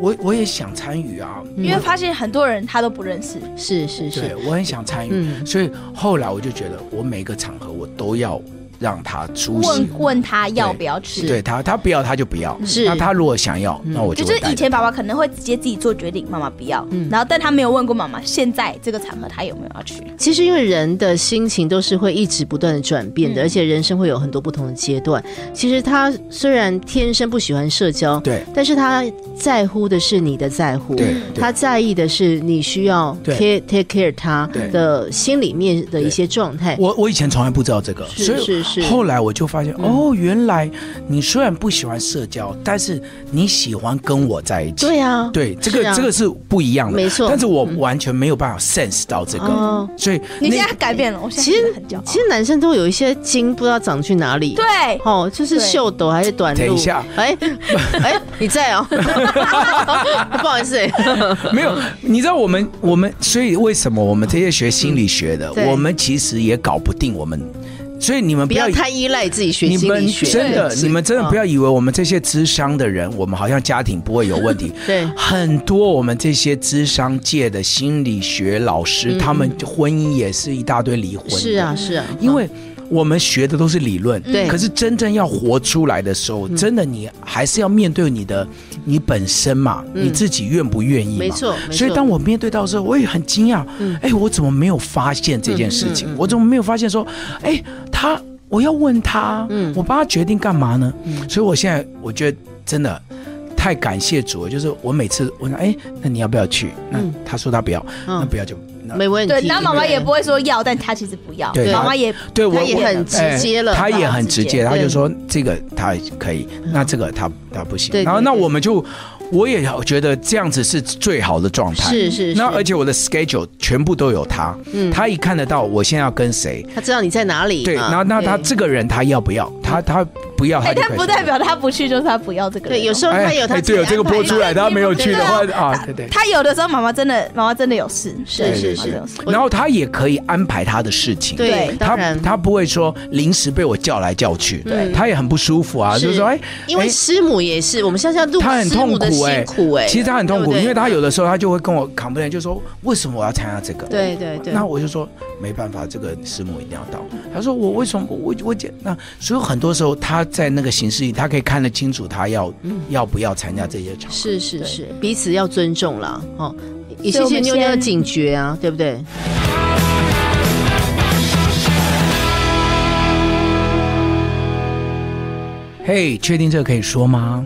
Speaker 2: 我我也想参与啊，
Speaker 3: 嗯
Speaker 1: 因为发现很多人他都不认识。
Speaker 3: 是是
Speaker 2: 对
Speaker 3: 是，
Speaker 2: 我很想参与。
Speaker 3: 嗯
Speaker 2: 所以后来我就觉得，我每个场合我都要让他出席
Speaker 1: 问。问他要不要吃。
Speaker 2: 对他，他不要他就不要。
Speaker 3: 是
Speaker 2: 那他如果想要，那我
Speaker 1: 就
Speaker 2: 会
Speaker 1: 是
Speaker 2: 带
Speaker 1: 以前爸爸可能会直接自己做决定，妈妈不要，
Speaker 3: 嗯
Speaker 1: 然后但他没有问过妈妈，现在这个场合他有没有要去？
Speaker 3: 其实，因为人的心情都是会一直不断的转变
Speaker 2: 嗯
Speaker 3: 的，而且人生会有很多不同的阶段。其实他虽然天生不喜欢社交，
Speaker 2: 对
Speaker 3: 但是他在乎的是你的在乎，
Speaker 2: 对对
Speaker 3: 他在意的是你需要
Speaker 2: 对
Speaker 3: care take care 他
Speaker 2: 对
Speaker 3: 的心里面的一些状态。
Speaker 2: 我我以前从来不知道这个，所
Speaker 3: 是
Speaker 2: 以
Speaker 3: 是是，嗯
Speaker 2: 后来我就发现，哦，原来你虽然不喜欢社交，但是你喜欢跟我在一起。
Speaker 3: 对啊，
Speaker 2: 对，这个、
Speaker 3: 是啊
Speaker 2: 这个是不一样的，
Speaker 3: 没错
Speaker 2: 但是我完全没有办法 sense 到这个，
Speaker 3: 哦
Speaker 2: 所以
Speaker 1: 你
Speaker 2: 那
Speaker 1: 现在改变了，我现在
Speaker 3: 其实
Speaker 1: 真的很骄傲。
Speaker 3: 其实男生都有一些筋不知道长去哪里，
Speaker 1: 对，
Speaker 3: 哦，就是
Speaker 1: 对
Speaker 3: 秀抖还是短路？
Speaker 2: 等一下
Speaker 3: 哎 [LAUGHS] 哎，你在哦， [LAUGHS] 不好意思，哎
Speaker 2: 没有，你知道我们我们，所以为什么我们这些学心理学的，
Speaker 3: 嗯对
Speaker 2: 我们其实也搞不定我们，所以你们
Speaker 3: 不
Speaker 2: 不
Speaker 3: 要
Speaker 2: 要以。
Speaker 3: 太依赖自己学
Speaker 2: 你
Speaker 3: 心
Speaker 2: 们
Speaker 3: 理嗯学，
Speaker 2: 真的，
Speaker 3: 对
Speaker 2: 你们真的不要以为我们这些智商的人，我们好像家庭不会有问题。
Speaker 3: 对
Speaker 2: 很多我们这些智商界的心理学老师，他们婚姻也是一大堆离婚。
Speaker 3: 嗯是啊，是啊，嗯
Speaker 2: 因为我们学的都是理论，
Speaker 3: 对嗯
Speaker 2: 可是真正要活出来的时候，真的你还是要面对你的你本身嘛，你自己愿不愿意嘛？
Speaker 3: 嗯没错没错嗯
Speaker 2: 所以当我面对到的时候，我也很惊讶，哎，我怎么没有发现这件事情？我怎么没有发现说，哎，他我要问他，
Speaker 3: 嗯
Speaker 2: 我帮他决定干嘛呢？所以我现在我觉得真的。太感谢主了，就是我每次问他，哎、那你要不要去？那他说他不要，
Speaker 3: 嗯
Speaker 2: 那不要就那
Speaker 3: 没问题。
Speaker 1: 对，然后妈妈
Speaker 3: 对
Speaker 1: 也不会说要，但她其实不要，
Speaker 2: 对
Speaker 1: 妈妈也
Speaker 2: 对我
Speaker 3: 他也
Speaker 2: 我哎
Speaker 3: 很直接了
Speaker 2: 他也
Speaker 1: 他
Speaker 2: 很
Speaker 1: 很直
Speaker 2: 直
Speaker 1: 接
Speaker 2: 接，他
Speaker 3: 对
Speaker 2: 就说这个他可以，那这个他他不行
Speaker 3: 嗯对。对
Speaker 2: 然后那
Speaker 3: 对
Speaker 2: 我们就，我也觉得这样子是最好的状态。
Speaker 3: 是是是，嗯
Speaker 2: 那而呃且我的 schedule 全部都有他，他一看得到我现在要跟谁，
Speaker 3: 他知道你在哪里嘛，
Speaker 2: 对，然后那他
Speaker 3: 嗯啊对
Speaker 2: 这个人他要不要？他他不要，
Speaker 1: 哎，
Speaker 2: 就
Speaker 1: 但
Speaker 2: 可以
Speaker 1: 不代表她不去，就是她不要这个人哦。
Speaker 3: 对，有时候
Speaker 2: 哎
Speaker 3: 他有他
Speaker 2: 哎
Speaker 3: 自己
Speaker 2: 对，有这个
Speaker 3: 安排啊
Speaker 2: 播出
Speaker 3: 的
Speaker 2: 来，他没有去的话啊，对对。
Speaker 1: 她有的时候妈妈真的，妈妈真的有事，
Speaker 3: 是
Speaker 2: 对
Speaker 3: 是
Speaker 1: 对
Speaker 3: 是
Speaker 1: 对，
Speaker 3: 我
Speaker 2: 然后他也可以安排他的事情，
Speaker 3: 对，
Speaker 1: 对
Speaker 3: 当
Speaker 2: 他
Speaker 3: 然，
Speaker 2: 他不会说临时被我叫来叫去，
Speaker 3: 对
Speaker 2: 他也很不舒服啊，
Speaker 3: 是
Speaker 2: 就是说哎，
Speaker 3: 因为
Speaker 2: 哎
Speaker 3: 师母也是，我们现在要录
Speaker 2: 他很
Speaker 3: 师
Speaker 2: 痛
Speaker 3: 母的
Speaker 2: 苦哎、
Speaker 3: 辛苦哎，
Speaker 2: 其实他很痛苦，
Speaker 3: 对不对
Speaker 2: 因为他有的时候他就会跟我 complain，就说为什么我要参加这个？
Speaker 3: 对对对，
Speaker 2: 那我就说没办法，这个师母一定要到。他说我为什么我我姐那所以很多时候他在那个形式里，他可以看得清楚他要、
Speaker 3: 嗯
Speaker 2: 要不要参加这些场合。
Speaker 3: 是是
Speaker 1: 对
Speaker 3: 是，彼此要尊重啦，哦，也
Speaker 1: 所以
Speaker 3: 谢
Speaker 1: 我
Speaker 3: 谢
Speaker 1: 们
Speaker 3: 妞妞的
Speaker 1: 先
Speaker 3: 警觉啊，对不对？
Speaker 2: 嘿，确定这个可以说吗？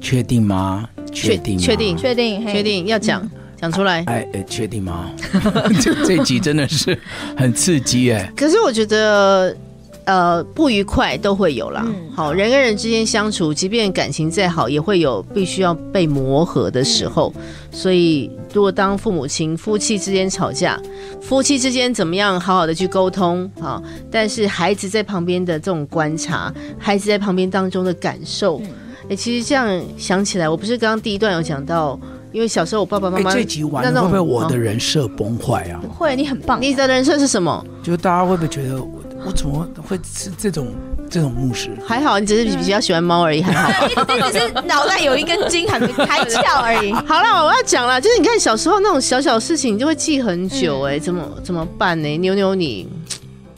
Speaker 2: 确定吗？
Speaker 3: 确
Speaker 2: 确定吗
Speaker 3: 确定
Speaker 1: 确定
Speaker 3: 确。
Speaker 1: 嘿嗯
Speaker 3: 定要讲讲出来。
Speaker 2: 哎，呃确定吗？ [LAUGHS] 这这集真的是很刺激哎、
Speaker 3: 可是我觉得，呃，不愉快都会有啦。
Speaker 1: 嗯
Speaker 3: 好，人跟人之间相处，即便感情再好，也会有必须要被磨合的时候。所以，如果当父母亲、夫妻之间吵架，夫妻之间怎么样好好的去沟通啊？但是孩子在旁边的这种观察，孩子在旁边当中的感受，哎、其实这样想起来，我不是刚刚第一段有讲到，因为小时候我爸爸妈
Speaker 2: 哎，
Speaker 3: 妈
Speaker 2: 这集
Speaker 3: 那
Speaker 2: 完
Speaker 3: 那
Speaker 2: 了会
Speaker 3: 种嗯
Speaker 2: 不会我
Speaker 3: 啊
Speaker 2: 的人设崩坏啊？
Speaker 1: 不会，你很棒。
Speaker 3: 你的人生是什么？
Speaker 2: 就大家会不会觉得我我怎么会是这种这种牧师？
Speaker 3: 还好，你只是比较喜欢猫而已，还好。
Speaker 1: 这只是脑袋有一根筋还没开窍而已。
Speaker 3: 好了，我要讲了，就是你看小时候那种小小事情，你就会记很久、
Speaker 1: 嗯
Speaker 3: 哎、怎么怎么办呢、妞妞你，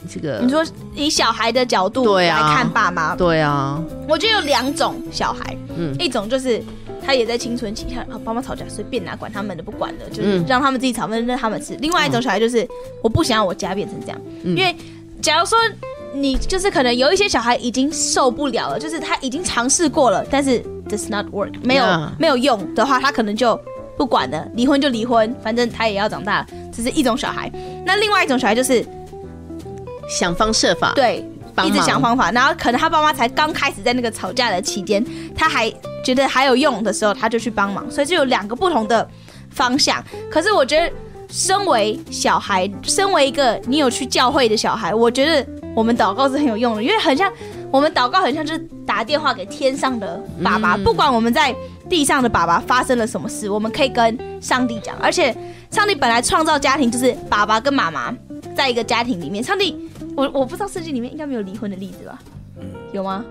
Speaker 3: 这个
Speaker 1: 你说以小孩的角度
Speaker 3: 对
Speaker 1: 来
Speaker 3: 啊
Speaker 1: 看爸妈，
Speaker 3: 对啊，
Speaker 1: 我觉得有两种小孩，
Speaker 3: 嗯
Speaker 1: 一种就是他也在青春期，他啊爸妈吵架随便拿，管他们的不管的，就是
Speaker 3: 嗯
Speaker 1: 让他们自己吵，反正他们吃。另外一种小孩就是、我不想要我家变成这样，
Speaker 3: 嗯
Speaker 1: 因为假如说你就是可能有一些小孩已经受不了了，就是他已经尝试过了，但是 does not work 没有
Speaker 3: Yeah
Speaker 1: 没有用的话，他可能就不管了，离婚就离婚，反正他也要长大了，这是一种小孩。那另外一种小孩就是
Speaker 3: 想方设法，，
Speaker 1: 对
Speaker 3: 帮
Speaker 1: 一
Speaker 3: 忙
Speaker 1: 直想方法，然后可能他爸妈才刚开始在那个吵架的期间，他还觉得还有用的时候，他就去帮忙，所以就有两个不同的方向。可是我觉得，身为小孩，身为一个你有去教会的小孩，我觉得我们祷告是很有用的，因为很像我们祷告，很像就是打电话给天上的爸爸，不管我们在地上的爸爸发生了什么事，我们可以跟上帝讲，而且上帝本来创造家庭就是爸爸跟妈妈在一个家庭里面，上帝。我我不知道圣经里面应该没有离婚的例子吧？有吗？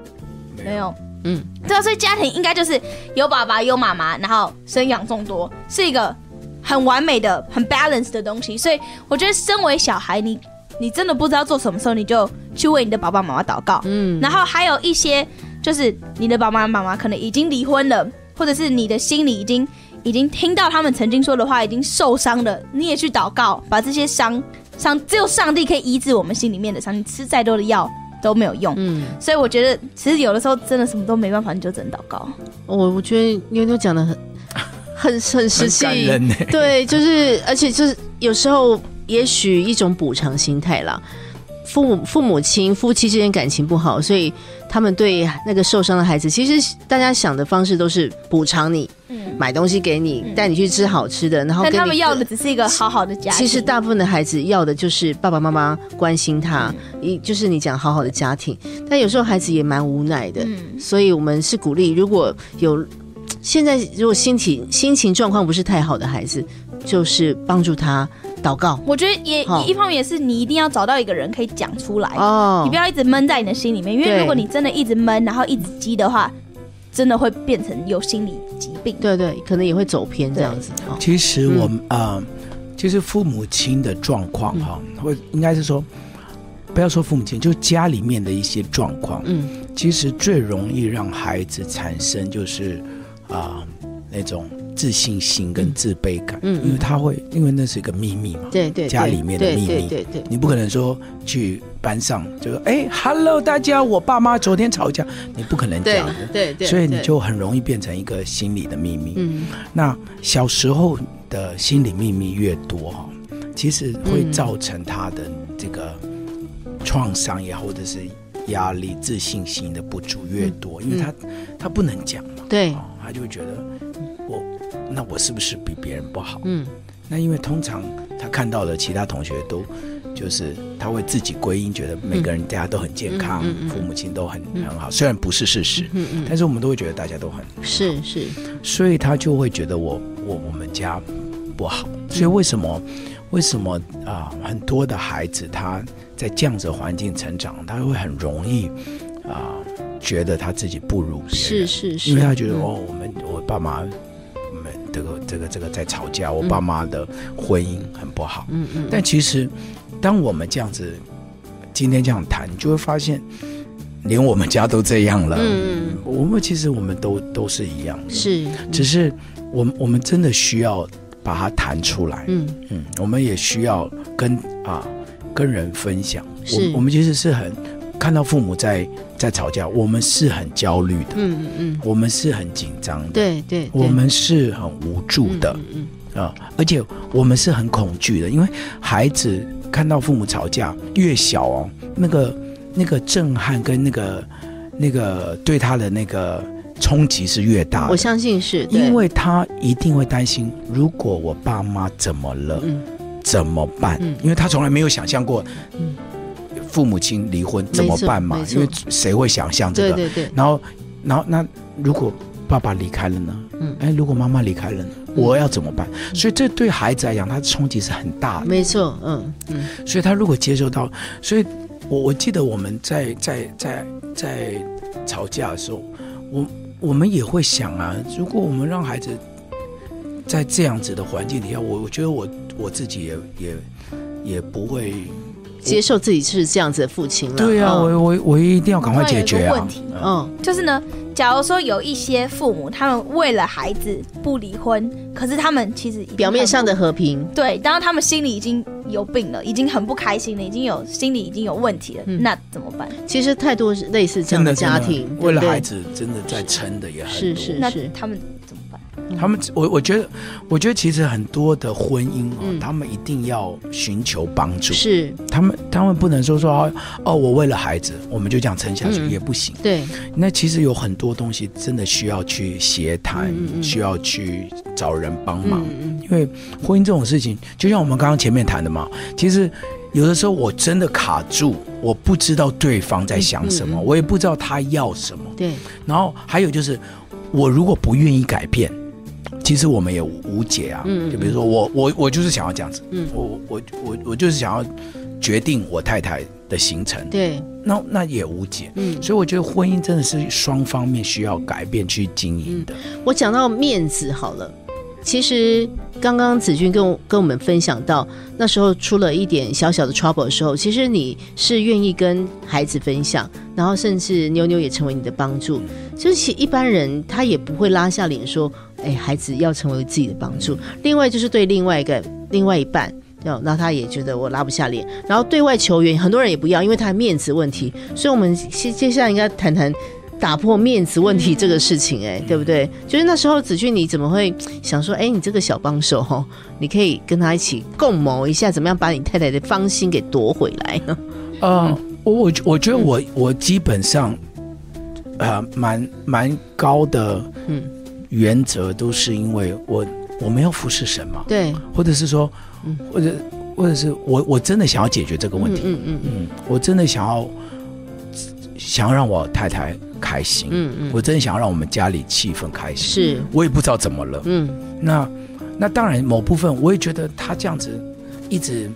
Speaker 1: 嗯没有。
Speaker 3: 嗯，
Speaker 1: 对啊，所以家庭应该就是有爸爸有妈妈，然后生养众多，是一个很完美的、很 balance 的东西。所以我觉得，身为小孩，你你真的不知道做什么时候，你就去为你的爸爸妈妈祷告。
Speaker 3: 嗯，
Speaker 1: 然后还有一些就是你的爸爸妈妈可能已经离婚了，或者是你的心里已经已经听到他们曾经说的话，已经受伤了，你也去祷告，把这些伤伤，只有上帝可以医治我们心里面的伤，你吃再多的药都没有用。
Speaker 3: 嗯，
Speaker 1: 所以我觉得，其实有的时候真的什么都没办法，你就只能祷告。
Speaker 3: 我我觉得妞妞讲的很很很实
Speaker 2: 很
Speaker 3: 际，
Speaker 2: 感人呢、
Speaker 3: 对，就是，而且就是有时候，也许一种补偿心态啦。父母、父母亲、夫妻之间感情不好，所以他们对那个受伤的孩子，其实大家想的方式都是补偿你，
Speaker 1: 嗯，
Speaker 3: 买东西给你，
Speaker 1: 嗯
Speaker 3: 带你去吃好吃的，然后
Speaker 1: 但
Speaker 3: 跟
Speaker 1: 他们
Speaker 3: 你
Speaker 1: 要的只是一个好好的家庭。
Speaker 3: 其实大部分的孩子要的就是爸爸妈妈关心他，
Speaker 1: 嗯
Speaker 3: 一、就是你讲好好的家庭。但有时候孩子也蛮无奈的，
Speaker 1: 嗯
Speaker 3: 所以我们是鼓励，如果有现在如果心情心情状况不是太好的孩子，就是帮助他祷告
Speaker 1: 我觉得也
Speaker 3: 好
Speaker 1: 一方面也是你一定要找到一个人可以讲出来，
Speaker 3: 哦
Speaker 1: 哎你不要一直闷在你的心里面，因为
Speaker 3: 对
Speaker 1: 如果你真的一直闷，然后一直积的话，真的会变成有心理疾病。
Speaker 3: 对对，可能也会走偏这样子。哦
Speaker 2: 其实我们啊、呃其实父母亲的状况
Speaker 3: 嗯
Speaker 2: 哈、或应该是说，不要说父母亲，就家里面的一些状况，
Speaker 3: 嗯，
Speaker 2: 其实最容易让孩子产生就是啊、那种自信心跟自卑感，
Speaker 3: 嗯嗯
Speaker 2: 因为他会，因为那是一个秘密嘛，
Speaker 3: 对对，
Speaker 2: 家里面的
Speaker 3: 对
Speaker 2: 秘密
Speaker 3: 对对对，
Speaker 2: 你不可能说去班上就说，哎，hello 大家，我爸妈昨天吵架，你不可能这
Speaker 3: 对
Speaker 2: 样的，
Speaker 3: 对对，
Speaker 2: 所以你
Speaker 3: 对
Speaker 2: 就很容易变成一个心理的秘密。
Speaker 3: 嗯
Speaker 2: 那小时候的心理秘密越多哈，其实会造成他的这个创伤也好，或者是压力、自信心的不足越
Speaker 3: 嗯
Speaker 2: 多，因为他他不能讲嘛，
Speaker 3: 对
Speaker 2: 哦，他就会觉得我那我是不是比别人不好？
Speaker 3: 嗯
Speaker 2: 那因为通常他看到的其他同学都。就是他会自己归因，觉得每个人大家都很健康，
Speaker 3: 嗯嗯嗯嗯
Speaker 2: 父母亲都很、很好，虽然不是事实，
Speaker 3: 嗯嗯，
Speaker 2: 但是我们都会觉得大家都很
Speaker 3: 是是，
Speaker 2: 所以他就会觉得我我我们家不好。所以为什么为什么啊、很多的孩子他在这样子的环境成长，他会很容易啊、觉得他自己不如别人，
Speaker 3: 是是是，
Speaker 2: 因为他觉得、
Speaker 3: 嗯
Speaker 2: 哦，我们我爸妈。我们这个这个这个在吵架，我爸妈的婚姻很不好。
Speaker 3: 嗯嗯，
Speaker 2: 但其实，当我们这样子，今天这样谈，你就会发现，连我们家都这样了。
Speaker 3: 嗯嗯
Speaker 2: 我们其实我们都都是一样的。
Speaker 3: 是嗯
Speaker 2: 只是我们我们真的需要把它谈出来，嗯
Speaker 3: 嗯
Speaker 2: 我们也需要跟啊跟人分享。
Speaker 3: 是
Speaker 2: 我我们其实是很看到父母在在吵架，我们是很焦虑的，
Speaker 3: 嗯嗯嗯，
Speaker 2: 我们是很紧张的，
Speaker 3: 对对，对
Speaker 2: 我们是很无助的
Speaker 3: 嗯嗯
Speaker 2: 啊、而且我们是很恐惧的，因为孩子看到父母吵架越小哦，那个那个震撼跟那个那个对他的那个冲击是越大
Speaker 3: 嗯
Speaker 2: 的。
Speaker 3: 我相信是，对
Speaker 2: 因为他一定会担心，如果我爸妈怎么了，
Speaker 3: 嗯
Speaker 2: 怎么办？
Speaker 3: 嗯
Speaker 2: 因为他从来没有想象过
Speaker 3: 嗯，
Speaker 2: 父母亲离婚怎么办嘛
Speaker 3: 没？错
Speaker 2: 因
Speaker 3: 没
Speaker 2: 为
Speaker 3: 错
Speaker 2: 谁会想象这
Speaker 3: 对
Speaker 2: 个？
Speaker 3: 对对，
Speaker 2: 然后，然后那如果爸爸离开了呢？
Speaker 3: 嗯
Speaker 2: 哎，如果妈妈离开了呢？我要怎么办？所以这对孩子来讲，他的冲击是很大的。
Speaker 3: 没错，嗯嗯
Speaker 2: 所以他如果接受到，所以我我记得我们在在在在吵架的时候，我我们也会想啊，如果我们让孩子在这样子的环境底下，我我觉得我我自己也也也不会，
Speaker 3: 接受自己是这样子的父亲了。
Speaker 2: 对啊，
Speaker 3: 嗯
Speaker 2: 我我我一定要赶快解决
Speaker 1: 那有一个
Speaker 2: 啊
Speaker 1: 问题，
Speaker 2: 嗯
Speaker 3: 嗯
Speaker 1: 就是呢，假如说有一些父母，他们为了孩子不离婚，可是他们其实已经
Speaker 3: 表面上的
Speaker 1: 很
Speaker 3: 和平，
Speaker 1: 不对，当然他们心里已经有病了，已经很不开心了，已经有心里已经有问题了，
Speaker 3: 嗯
Speaker 1: 那怎么办？
Speaker 3: 其实太多是类似这
Speaker 2: 真
Speaker 3: 样
Speaker 2: 的
Speaker 3: 家
Speaker 2: 真的
Speaker 3: 庭，对不
Speaker 2: 为了
Speaker 3: 对
Speaker 2: 孩，子真的在撑的也很
Speaker 3: 是
Speaker 2: 多
Speaker 3: 是
Speaker 1: 那他们怎么办？ [LAUGHS]
Speaker 2: 他们，我我觉得，我觉得其实很多的婚姻哦，
Speaker 3: 嗯
Speaker 2: 他们一定要寻求帮助，
Speaker 3: 是
Speaker 2: 他们他们不能说说哦哦，我为了孩子，我们就这样撑下去、
Speaker 3: 嗯
Speaker 2: 也不行。
Speaker 3: 对，
Speaker 2: 那其实有很多东西真的需要去协谈，
Speaker 3: 嗯嗯嗯
Speaker 2: 需要去找人帮忙，
Speaker 3: 嗯嗯
Speaker 2: 因为婚姻这种事情，就像我们刚刚前面谈的嘛，其实。有的时候我真的卡住，我不知道对方在想什么，
Speaker 3: 嗯嗯嗯
Speaker 2: 我也不知道他要什么。
Speaker 3: 对，
Speaker 2: 然后还有就是，我如果不愿意改变，其实我们也无无解啊。
Speaker 3: 嗯嗯
Speaker 2: 就比如说我我我就是想要这样子，
Speaker 3: 嗯
Speaker 2: 我我我我就是想要决定我太太的行程，
Speaker 3: 对，
Speaker 2: 那那也无解。
Speaker 3: 嗯，
Speaker 2: 所以我觉得婚姻真的是双方面需要改变去经营的。
Speaker 3: 我讲到面子好了，其实刚刚子君跟我跟我们分享到，那时候出了一点小小的 trouble 的时候，其实你是愿意跟孩子分享，然后甚至妞妞也成为你的帮助。就是其实一般人他也不会拉下脸说，哎，孩子要成为自己的帮助。另外就是对另外一个另外一半。哦，那他也觉得我拉不下脸，然后对外求援，很多人也不要，因为他面子问题。所以，我们接接下来应该谈谈打破面子问题这个事情、
Speaker 1: 嗯
Speaker 3: 哎，对不对？就是那时候子俊，你怎么会想说，哎，你这个小帮手 [LAUGHS] 哦，你可以跟他一起共谋一下，怎么样把你太太的芳心给夺回来 [LAUGHS] 呢？
Speaker 2: 嗯，我我我觉得我我基本上，呃，蛮蛮高的
Speaker 3: 嗯
Speaker 2: 原则都是因为我我没有服侍神嘛，
Speaker 3: 对，
Speaker 2: 或者是说，或者或者是我我真的想要解决这个问题，
Speaker 3: 嗯嗯嗯
Speaker 2: 嗯，我真的想要想要让我太太开心，
Speaker 3: 嗯嗯，
Speaker 2: 我真的想要让我们家里气氛开心，
Speaker 3: 是，
Speaker 2: 我也不知道怎么了，
Speaker 3: 嗯
Speaker 2: 那那当然某部分我也觉得他这样子一直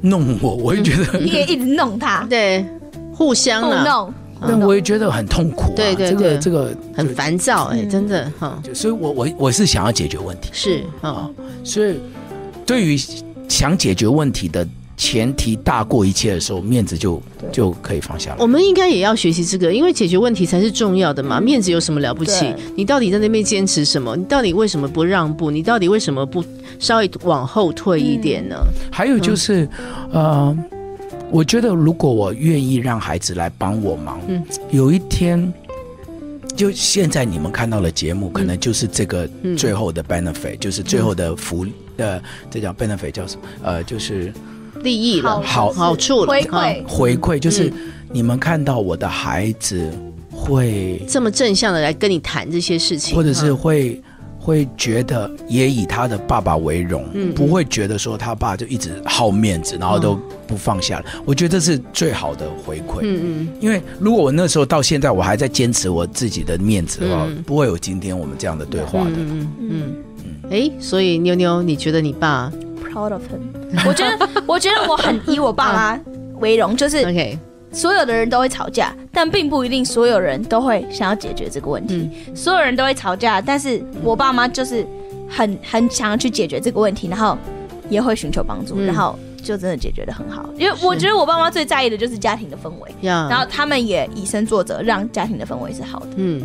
Speaker 2: 弄
Speaker 3: 嗯
Speaker 2: 我，我也觉得
Speaker 1: 你也一直弄他，
Speaker 3: [LAUGHS]
Speaker 1: Oh
Speaker 3: 对，互相
Speaker 1: 互
Speaker 3: 啊，
Speaker 1: 弄，
Speaker 2: 那我也觉得很痛苦啊，
Speaker 3: 对对
Speaker 2: 这
Speaker 3: 对
Speaker 2: 个这个
Speaker 3: 很烦躁、哎，
Speaker 1: 嗯
Speaker 3: 真的哈、
Speaker 2: 就，所以我我我是想要解决问题，
Speaker 3: 是哈、
Speaker 2: 所以对于想解决问题的前提大过一切的时候，面子就就可以放下了
Speaker 3: 我。们应该也要学习这个，因为解决问题才是重要的嘛。面子有什么了不起
Speaker 1: 嗯对？
Speaker 3: 你到底在那边坚持什么？你到底为什么不让步？你到底为什么不稍微往后退一点呢？
Speaker 2: 还有就是，
Speaker 3: 嗯
Speaker 2: 呃，我觉得如果我愿意让孩子来帮我忙，
Speaker 3: 嗯
Speaker 2: 有一天。就现在你们看到的节目，可能就是这个
Speaker 3: 嗯
Speaker 2: 最后的 benefit，、就是最后的福，呃，这叫 benefit 叫什么？呃，就是
Speaker 3: 利益了，
Speaker 2: 好
Speaker 3: 好处了，
Speaker 1: 回
Speaker 3: 啊
Speaker 1: 馈，
Speaker 2: 回馈，就是
Speaker 3: 嗯
Speaker 2: 你们看到我的孩子会，
Speaker 3: 这么正向的来跟你谈这些事情，
Speaker 2: 或者是
Speaker 3: 啊
Speaker 2: 会会觉得也以他的爸爸为荣，
Speaker 3: 嗯
Speaker 2: 不会觉得说他爸就一直好面子，然后都不放下了。我觉得这是最好的回馈。
Speaker 3: 嗯嗯
Speaker 2: 因为如果我那时候到现在我还在坚持我自己的面子的话，
Speaker 3: 嗯
Speaker 2: 不会有今天我们这样的对话的。
Speaker 3: 嗯嗯嗯嗯，哎，所以妞妞，你觉得你爸
Speaker 1: proud of him。我觉得，我觉得我很以我爸妈为荣，就是
Speaker 3: ？OK，
Speaker 1: 所有的人都会吵架，但并不一定所有人都会想要解决这个问题。所有人都会吵架，但是我爸妈就是很很想要去解决这个问题，然后也会寻求帮助，
Speaker 3: 嗯
Speaker 1: 然后就真的解决的很好。嗯因为
Speaker 3: 是
Speaker 1: 我觉得我爸妈最在意的就是家庭的氛围，
Speaker 3: 要，
Speaker 1: 然后他们也以身作则，让家庭的氛围是好的。
Speaker 3: 嗯，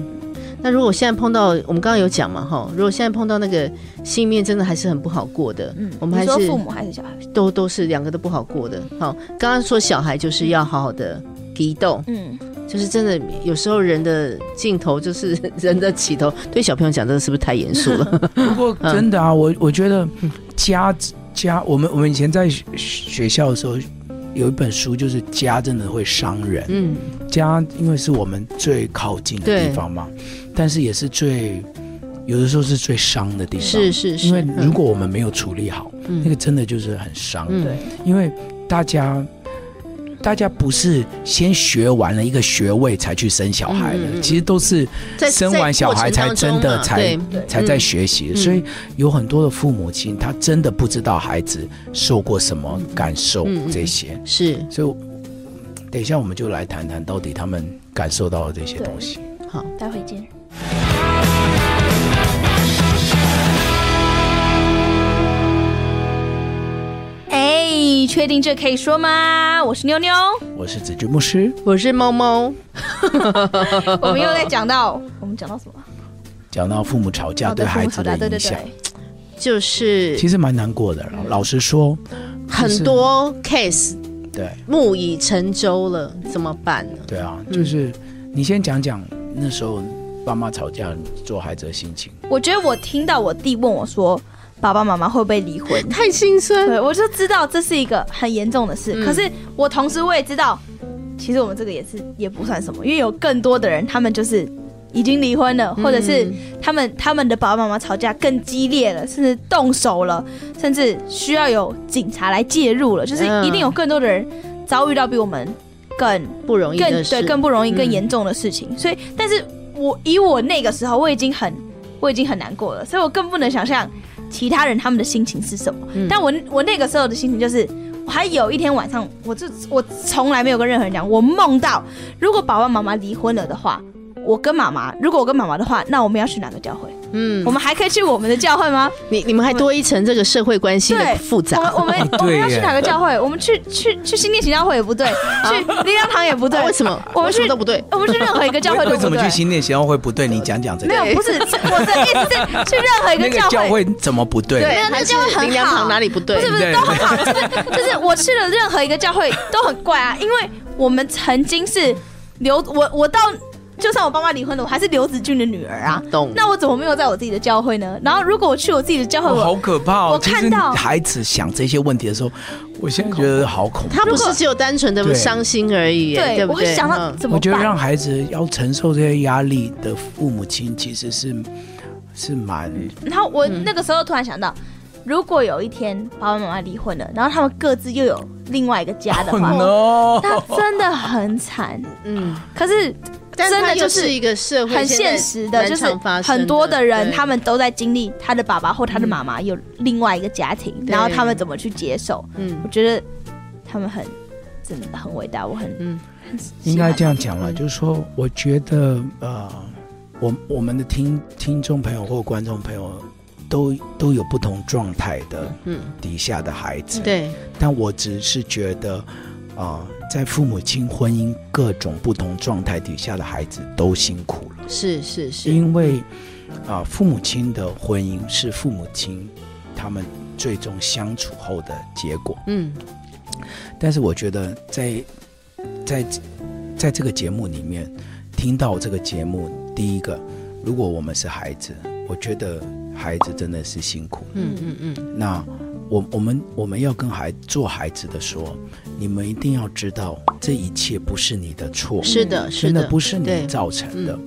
Speaker 3: 那如果现在碰到，我们刚刚有讲嘛，哈，如果现在碰到那个心里面真的还是很不好过的，
Speaker 1: 嗯，
Speaker 3: 我们还
Speaker 1: 你说
Speaker 3: 是
Speaker 1: 父母还是小孩，
Speaker 3: 都都是两个都不好过的。好，刚刚说小孩就是要好好的激动，
Speaker 1: 嗯，
Speaker 3: 就是真的有时候人的尽头就是 [LAUGHS] 人的起头。对小朋友讲，这个是不是太严肃了？
Speaker 2: 不过真的啊，
Speaker 3: 嗯
Speaker 2: 我我觉得家家，我们我们以前在学学校的时候，有一本书就是家真的会伤人。
Speaker 3: 嗯，
Speaker 2: 家因为是我们最靠近的
Speaker 3: 对
Speaker 2: 地方嘛，但是也是最有的时候是最伤的地方。
Speaker 3: [LAUGHS] 是是是，
Speaker 2: 因为如
Speaker 3: 嗯
Speaker 2: 果我们没有处理好，
Speaker 3: 嗯
Speaker 2: 那个真的就是很伤。
Speaker 3: 嗯
Speaker 1: 对，
Speaker 2: 因为大家大家不是先学完了一个学位才去生小孩的，
Speaker 3: 嗯嗯嗯
Speaker 2: 其实都是
Speaker 3: 在
Speaker 2: 生完小孩
Speaker 3: 在
Speaker 2: 才
Speaker 3: 过程
Speaker 2: 真
Speaker 3: 当中
Speaker 2: 的
Speaker 3: 嘛
Speaker 2: 才
Speaker 3: 对
Speaker 1: 对
Speaker 2: 才在学习，
Speaker 3: 嗯
Speaker 2: 所以有很多的父母亲他真的不知道孩子受过什么感受
Speaker 3: 嗯嗯嗯
Speaker 2: 这些。
Speaker 3: 是
Speaker 2: 所以我，嗯等一下我们就来谈谈到底他们感受到的这些东西。
Speaker 1: 待会见。哎，确定这可以说吗？我是妞妞，
Speaker 2: [LAUGHS] 我是子君牧师，
Speaker 3: 我是猫猫，
Speaker 1: 我们又在讲到，我们讲到什么？
Speaker 2: 讲到父母吵架
Speaker 1: 哦对
Speaker 2: 对
Speaker 1: 父
Speaker 2: 孩
Speaker 1: 母
Speaker 2: 子
Speaker 1: 吵
Speaker 2: 的
Speaker 1: 架，对对
Speaker 2: 影响，
Speaker 1: 对，嗯
Speaker 3: 就是
Speaker 2: 其实蛮难过的啦。老实说，
Speaker 3: 很多 case
Speaker 2: 对
Speaker 3: 木已成舟了，怎么办呢？
Speaker 2: 对
Speaker 1: 嗯
Speaker 2: 啊，就是、你先讲讲那时候爸妈吵架做孩子的心情。
Speaker 1: 我觉得我听到我弟问我说，爸爸妈妈会不会离婚？
Speaker 3: 太心酸
Speaker 1: 对，
Speaker 3: 了，
Speaker 1: 我就知道这是一个很严重的事。
Speaker 3: 嗯
Speaker 1: 可是我同时我也知道，其实我们这个也是也不算什么，因为有更多的人他们就是已经离婚了，或者是
Speaker 3: 嗯
Speaker 1: 他们他们的爸爸妈妈吵架更激烈了，甚至动手了，甚至需要有警察来介入了，就是
Speaker 3: 嗯
Speaker 1: 一定有更多的人遭遇到比我们更
Speaker 3: 不容易
Speaker 1: 更
Speaker 3: 的事，
Speaker 1: 对更不容易、
Speaker 3: 嗯
Speaker 1: 更严重的事情。所以，但是我以我那个时候，我已经很我已经很难过了，所以我更不能想象其他人他们的心情是什么。
Speaker 3: 嗯
Speaker 1: 但我我那个时候的心情就是。我还有一天晚上，我就我从来没有跟任何人讲，我梦到如果爸爸妈妈离婚了的话，我跟妈妈，如果我跟妈妈的话，那我们要去哪个教会？
Speaker 3: 嗯
Speaker 1: 我，们还可以去我们的教会吗？
Speaker 3: 你你们还多一层这个社会关系的
Speaker 1: 对
Speaker 3: 复
Speaker 1: 我们
Speaker 3: 杂，
Speaker 1: 我
Speaker 3: [LAUGHS]
Speaker 1: 们我
Speaker 2: 对
Speaker 1: 们
Speaker 2: 耶
Speaker 1: 要去哪个教会？我们去去去新店行教会也不对，去力量堂也不对
Speaker 3: 啊，为什么
Speaker 1: 我
Speaker 3: 为
Speaker 1: 们
Speaker 3: 什
Speaker 1: 去
Speaker 3: 么都不对？
Speaker 1: 我们去任何一个教会
Speaker 2: 为
Speaker 1: 都
Speaker 2: 为
Speaker 1: 不
Speaker 2: 什么
Speaker 1: 对
Speaker 2: 去。新店协会不对？你讲讲这
Speaker 1: 没
Speaker 2: 个，
Speaker 1: 有，不是是我的意思是去任何一
Speaker 2: 那个
Speaker 1: 教
Speaker 2: 教会怎么不对？
Speaker 1: 那
Speaker 3: 还
Speaker 1: 那
Speaker 3: 是
Speaker 1: 就很好
Speaker 3: 林良堂哪里不对
Speaker 1: 不是？不是
Speaker 2: 对
Speaker 1: 都很好，就是 [LAUGHS] 就是我去了任何一个教会都很怪啊，因为我们曾经是刘我我到就算我爸妈离婚了，我还是刘子俊的女儿啊，
Speaker 3: 懂
Speaker 1: 那我怎么没有在我自己的教会呢？然后如果我去我自己的教会，
Speaker 2: 哦好
Speaker 1: 我
Speaker 2: 可怕哦！
Speaker 1: 我
Speaker 2: 其实
Speaker 1: 看到
Speaker 2: 孩子想这些问题的时候，我现在觉得好恐怖。
Speaker 3: 他不是只有单纯的
Speaker 2: 对
Speaker 3: 伤心而已，
Speaker 1: 对
Speaker 3: 对
Speaker 1: 我
Speaker 3: 不对？
Speaker 1: 会想到
Speaker 3: 嗯
Speaker 1: 怎么
Speaker 2: 我觉得
Speaker 1: 办？
Speaker 2: 让孩子要承受这些压力的父母亲，其实是是蛮
Speaker 1: 然后我
Speaker 2: 嗯
Speaker 1: 那个时候突然想到，如果有一天爸爸妈妈离婚了，然后他们各自又有另外一个家的
Speaker 2: 哦
Speaker 1: 话，那
Speaker 2: no，
Speaker 1: 真的很惨。
Speaker 3: 嗯，
Speaker 1: 可是
Speaker 3: 但是
Speaker 1: 真
Speaker 3: 它
Speaker 1: 的
Speaker 3: 又
Speaker 1: 就是
Speaker 3: 一个社会
Speaker 1: 很
Speaker 3: 现在
Speaker 1: 现实的，
Speaker 3: 蛮
Speaker 1: 就是
Speaker 3: 常发生
Speaker 1: 很多的人
Speaker 3: 对嗯
Speaker 1: 他们都在经历他的爸爸或他的妈妈有另外一个家庭，
Speaker 3: 对
Speaker 1: 然后他们怎么去接受？
Speaker 3: 嗯
Speaker 1: 我觉得他们很真的很伟大，我很
Speaker 3: 嗯
Speaker 1: 很喜欢
Speaker 2: 应该这样讲了，
Speaker 3: 嗯
Speaker 2: 就是说，我觉得呃，我我们的听听众朋友或观众朋友都都有不同状态的
Speaker 3: 嗯，
Speaker 2: 底下的孩子，
Speaker 3: 对，
Speaker 2: 但我只是觉得，啊、在父母亲婚姻各种不同状态底下的孩子都辛苦了，
Speaker 3: 是是是，
Speaker 2: 因为啊、父母亲的婚姻是父母亲他们最终相处后的结果。
Speaker 3: 嗯
Speaker 2: 但是我觉得在在在这个节目里面听到这个节目，第一个，如果我们是孩子，我觉得孩子真的是辛苦。
Speaker 3: 嗯嗯嗯，
Speaker 2: 那我我们我们要跟孩做孩子的说，你们一定要知道，这一切不是你的错，
Speaker 3: 是的，是
Speaker 2: 真的不
Speaker 3: 是
Speaker 2: 是你
Speaker 3: 对
Speaker 2: 造成的。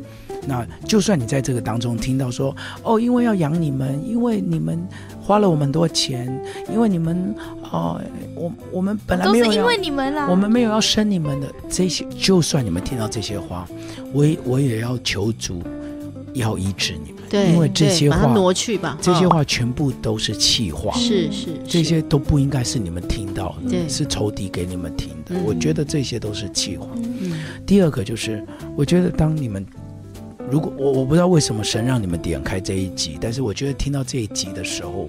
Speaker 2: 那就算你在这个当中听到说，哦，因为要养你们，因为你们花了我们很多钱，因为你们，哦，我我们本来
Speaker 1: 都
Speaker 2: 没
Speaker 1: 是
Speaker 2: 有要
Speaker 1: 因为你们
Speaker 3: 啊
Speaker 1: 啊啦。
Speaker 2: 我们没有要生你们的这些，就算你们听到这些话，我也我也要求主要医治你们，
Speaker 3: 对，
Speaker 2: 因为这些
Speaker 3: 对把它
Speaker 2: 话
Speaker 3: 挪去吧，
Speaker 2: 这些
Speaker 3: 哦
Speaker 2: 话全部都是气话，
Speaker 3: 是是
Speaker 2: 这
Speaker 3: 是
Speaker 2: 些都不应该是你们听到的，
Speaker 3: 对
Speaker 2: 是仇敌给你们听的。
Speaker 3: 嗯
Speaker 2: 我觉得这些都是气话。
Speaker 3: 嗯
Speaker 2: 第二个就是，我觉得当你们如果我我不知道为什么神让你们点开这一集，但是我觉得听到这一集的时候，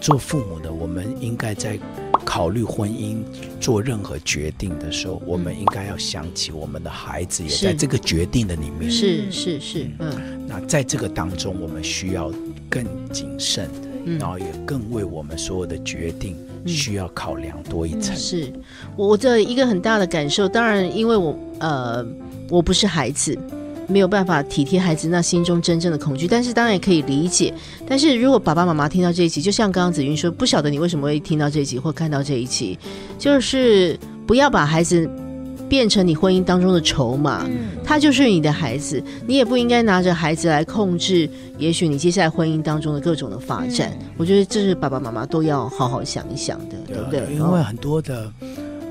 Speaker 2: 做父母的我们应该在考虑婚姻做任何决定的时候，我们应该要想起我们的孩子也
Speaker 3: 是
Speaker 2: 在这个决定的里面。
Speaker 3: 是是是，嗯
Speaker 2: 那在这个当中，我们需要更谨慎，
Speaker 3: 嗯
Speaker 2: 然。后也更为我们所有的决定
Speaker 3: 嗯
Speaker 2: 需要考量多一层。
Speaker 3: 是我我的一个很大的感受，当然因为我呃我不是孩子，没有办法体贴孩子那心中真正的恐惧，但是当然也可以理解。但是如果爸爸妈妈听到这一集，就像刚刚子云说，不晓得你为什么会听到这一集或看到这一集，就是不要把孩子变成你婚姻当中的筹码。
Speaker 1: 嗯，
Speaker 3: 他就是你的孩子，你也不应该拿着孩子来控制，也许你接下来婚姻当中的各种的发展。
Speaker 1: 嗯
Speaker 3: 我觉得这是爸爸妈妈都要好好想一想的，哦对
Speaker 2: 啊
Speaker 3: 不对？
Speaker 2: 因为很多的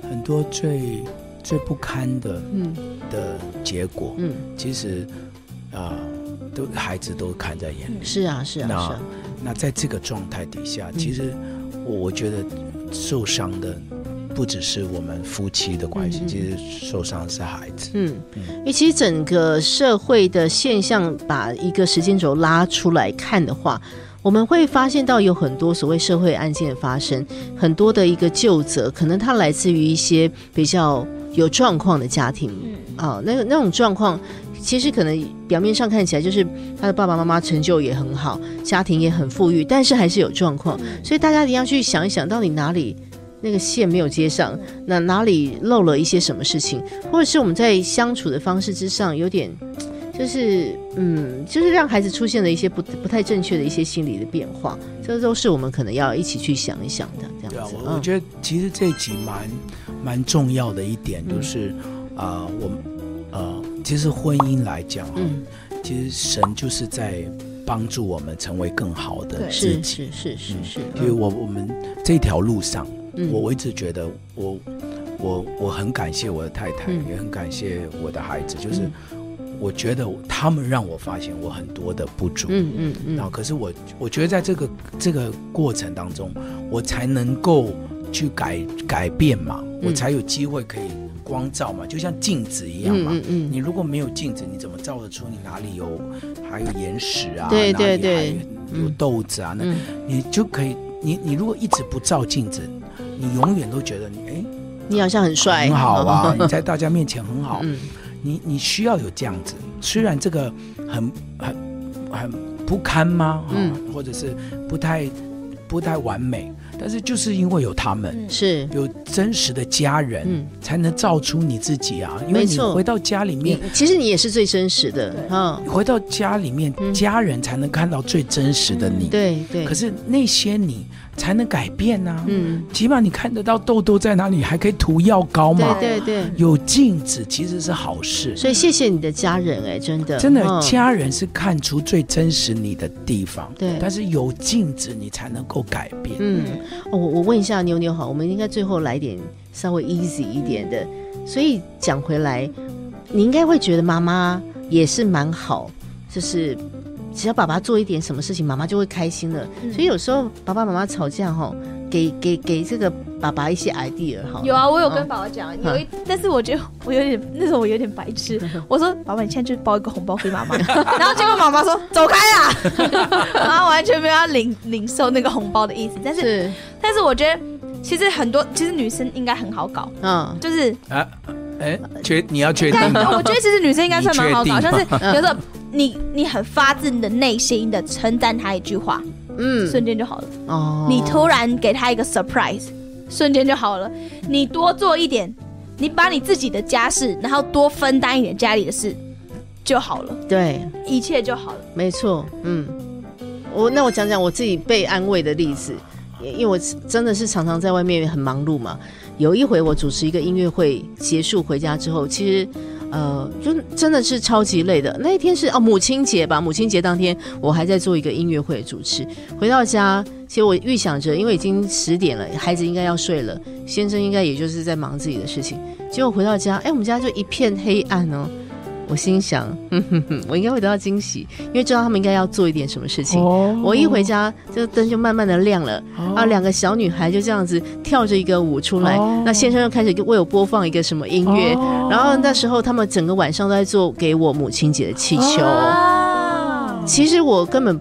Speaker 2: 很多最最不堪的
Speaker 3: 嗯
Speaker 2: 的结果，
Speaker 3: 嗯，
Speaker 2: 其实啊、都孩子都看在眼里。
Speaker 3: 是啊是啊
Speaker 2: 那
Speaker 3: 是啊，嗯
Speaker 2: 那在这个状态底下，其实我我觉得受伤的不只是我们夫妻的关系，
Speaker 3: 嗯嗯
Speaker 2: 其实受伤的是孩子。
Speaker 3: 嗯，因为其实整个社会的现象，把一个时间轴拉出来看的话。我们会发现到有很多所谓社会案件发生，很多的一个旧责，可能它来自于一些比较有状况的家庭，啊、那个那种状况，其实可能表面上看起来就是他的爸爸妈妈成就也很好，家庭也很富裕，但是还是有状况，所以大家一定要去想一想，到底哪里那个线没有接上，那哪里漏了一些什么事情，或者是我们在相处的方式之上有点。就是，嗯，就是让孩子出现了一些不不太正确的一些心理的变化，这都是我们可能要一起去想一想的，这
Speaker 2: 对
Speaker 3: 样
Speaker 2: 啊
Speaker 3: 子。，嗯
Speaker 2: 我我觉得其实这一集蛮蛮重要的一点就是啊、我们呃，其实婚姻来讲，
Speaker 3: 嗯，
Speaker 2: 其实神就是在帮助我们成为更好的
Speaker 1: 对
Speaker 2: 自
Speaker 3: 是
Speaker 2: 己。
Speaker 3: 是是是是，
Speaker 2: 所以我我们这条路上，
Speaker 3: 嗯
Speaker 2: 我我一直觉得我我我很感谢我的太太，
Speaker 3: 嗯
Speaker 2: 也很感谢我的孩子，就是
Speaker 3: 嗯
Speaker 2: 我觉得他们让我发现我很多的不足。
Speaker 3: 嗯嗯嗯
Speaker 2: 然后，可是我我觉得在这个这个过程当
Speaker 3: 嗯
Speaker 2: 中，我才能够去改改变嘛，我才有机会可以光照嘛，就像镜子一样嘛。
Speaker 3: 嗯嗯嗯，
Speaker 2: 你如果没有镜子，你怎么照得出你哪里有还有岩石啊？
Speaker 3: 对
Speaker 2: 哪里
Speaker 3: 对对
Speaker 2: 还有有豆子啊，那、
Speaker 3: 嗯
Speaker 2: 你就可以，你你如果一直不照镜子，你永远都觉得你
Speaker 3: 你好像很
Speaker 2: 哎
Speaker 3: 帅，
Speaker 2: 很好啊， [LAUGHS] 你在大家面前很好。
Speaker 3: 哦 [LAUGHS] 嗯
Speaker 2: 你你需要有这样子，虽然这个很很很不堪吗？哈
Speaker 3: 嗯
Speaker 2: 或者是不太不太完美，但是就是因为有他们，
Speaker 1: 嗯
Speaker 3: 是，
Speaker 2: 有真实的家人，
Speaker 3: 嗯
Speaker 2: 才能照出你自己啊。因为
Speaker 3: 没
Speaker 2: 你
Speaker 3: 错
Speaker 2: 回到家里面
Speaker 3: 你，其实你也是最真实的
Speaker 1: 对，
Speaker 3: 嗯，
Speaker 2: 回到家里面，
Speaker 3: 嗯
Speaker 2: 家人才能看到最真实的你。
Speaker 3: 对对
Speaker 2: 可，是那些你才能改变呐、啊。
Speaker 3: 嗯，
Speaker 2: 起码你看得到痘痘在哪里，还可以涂药膏嘛。
Speaker 3: 对对对，
Speaker 2: 有镜子其实是好事。
Speaker 3: 所以谢谢你的家人，哎，真的，
Speaker 2: 真的，
Speaker 3: 嗯
Speaker 2: 家人是看出最真实你的地方。
Speaker 3: 对
Speaker 2: 但是有镜子，你才能够改变。
Speaker 3: 嗯，哦，我我问一下妞妞好，我们应该最后来点稍微 easy 一点的。所以讲回来，你应该会觉得妈妈也是蛮好，就是只要爸爸做一点什么事情，妈妈就会开心了。
Speaker 1: 嗯
Speaker 3: 所以有时候爸爸妈妈吵架哈，给给给这个爸爸一些 idea 哈。
Speaker 1: 有啊，我有跟
Speaker 3: 嗯
Speaker 1: 宝宝讲，
Speaker 3: 嗯
Speaker 1: 有一，但是我觉得我有点，那时候我有点白
Speaker 3: [LAUGHS]
Speaker 1: 痴，我说宝宝，你现在就包一个红包给妈妈，然后结果妈妈说走开啦， [LAUGHS] 然后完全没有要领领受那个红包的意思。但是，
Speaker 3: 是
Speaker 1: 但是我觉得其实很多，其实女生应该很好搞，
Speaker 3: 嗯 [LAUGHS]
Speaker 1: 就是
Speaker 2: 啊，哎，确你要确定哦
Speaker 1: 但
Speaker 2: 吗
Speaker 1: 我觉得其实女生应该算蛮好搞，
Speaker 2: 你确定
Speaker 1: 像
Speaker 2: 吗
Speaker 1: 是
Speaker 3: [LAUGHS]
Speaker 1: 有时候你你很发自你的内心的称赞她一句话，
Speaker 3: 嗯
Speaker 1: 瞬间就好了。
Speaker 3: 哦，
Speaker 1: 你突然给她一个 surprise，瞬间就好了。你多做一点，你把你自己的家事，然后多分担一点家里的事就好了，
Speaker 3: 对，
Speaker 1: 一切就好了。
Speaker 3: 没错，嗯，我那我讲讲我自己被安慰的例子，也因为我真的是常常在外面很忙碌嘛。有一回我主持一个音乐会结束回家之后，其实。呃，就真的是超级累的。那一天是哦，母亲节吧，母亲节当天我还在做一个音乐会的主持。回到家，其实我预想着，因为已经十点了，孩子应该要睡了，先生应该也就是在忙自己的事情。结果回到家，哎，我们家就一片黑暗哦。我心想，哼哼哼，我应该会得到惊喜，因为知道他们应该要做一点什么事情。
Speaker 2: 哦
Speaker 3: 我一回家，这个灯就慢慢的亮了，啊，两个小女孩就这样子跳着一个舞出来，
Speaker 2: 哦
Speaker 3: 那先生又开始给为我播放一个什么音乐，然后那时候他们整个晚上都在做给我母亲节的气球。
Speaker 1: 啊，
Speaker 3: 其实我根本，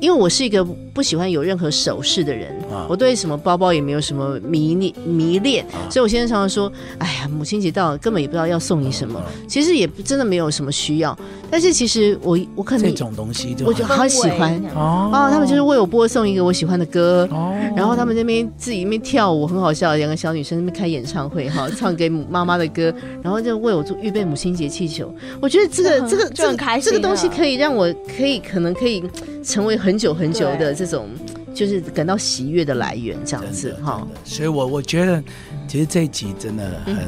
Speaker 3: 因为我是一个不喜欢有任何首饰的人，
Speaker 2: 啊
Speaker 3: 我对什么包包也没有什么迷恋迷恋，所以我先生常常说，哎呀，母亲节到了，根本也不知道要送你什
Speaker 2: 啊
Speaker 3: 么，其实也不真的没有什么需要。但是其实我我可
Speaker 2: 这
Speaker 3: 能
Speaker 2: 种东西就
Speaker 3: 我就
Speaker 2: 很
Speaker 3: 好喜欢
Speaker 1: 氛围
Speaker 2: 哦
Speaker 3: 哦，他们就是为我播送一个我喜欢的歌，
Speaker 2: 哦，
Speaker 3: 然后他们那边自己那边跳舞，很好笑。两个小女生那边开演唱会哈，唱给母妈妈的歌，然后就为我做预备母亲节气球。我觉得这
Speaker 1: 就
Speaker 3: 个
Speaker 1: 很
Speaker 3: 这个
Speaker 1: 就
Speaker 3: 这
Speaker 1: 很
Speaker 3: 个
Speaker 1: 开心
Speaker 3: 这个东西
Speaker 1: 了
Speaker 3: 可以让我可以可能可以成为很久很久的
Speaker 1: 对
Speaker 3: 这种就是感到喜悦的来源，这样子
Speaker 2: 真的
Speaker 3: 哈。
Speaker 2: 所以我我觉得，其实这一集真的很，
Speaker 3: 嗯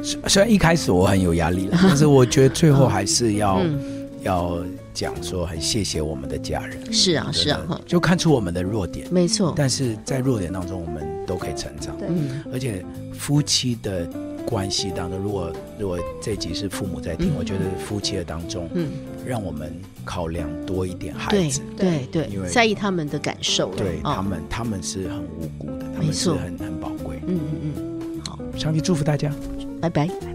Speaker 2: 虽虽然一开始我很有压力
Speaker 3: [LAUGHS]
Speaker 2: 了，但是我觉得最后还是要、
Speaker 3: 嗯，
Speaker 2: 要讲说，很谢谢我们的家人，
Speaker 3: 是啊是啊
Speaker 2: 真的
Speaker 3: 哈，
Speaker 2: 就看出我们的弱点，
Speaker 3: 没错，
Speaker 2: 但是在弱点当中，我们都可以成长，
Speaker 1: 对
Speaker 3: 嗯
Speaker 2: 而且夫妻的关系当中，如果如果这一集是父母在听，
Speaker 3: 嗯
Speaker 2: 我觉得夫妻的当中，
Speaker 3: 嗯，
Speaker 2: 让我们考量多一点孩
Speaker 3: 对
Speaker 2: 子。
Speaker 3: 对
Speaker 2: 因为
Speaker 3: 对，在意他们的感受了，
Speaker 2: 对
Speaker 3: 哦
Speaker 2: 他们，他们是很无辜的，他
Speaker 3: 没
Speaker 2: 们是
Speaker 3: 错
Speaker 2: 很很宝贵。
Speaker 3: 嗯嗯
Speaker 2: 上帝祝福大家。
Speaker 3: 嗯，拜拜。
Speaker 1: 拜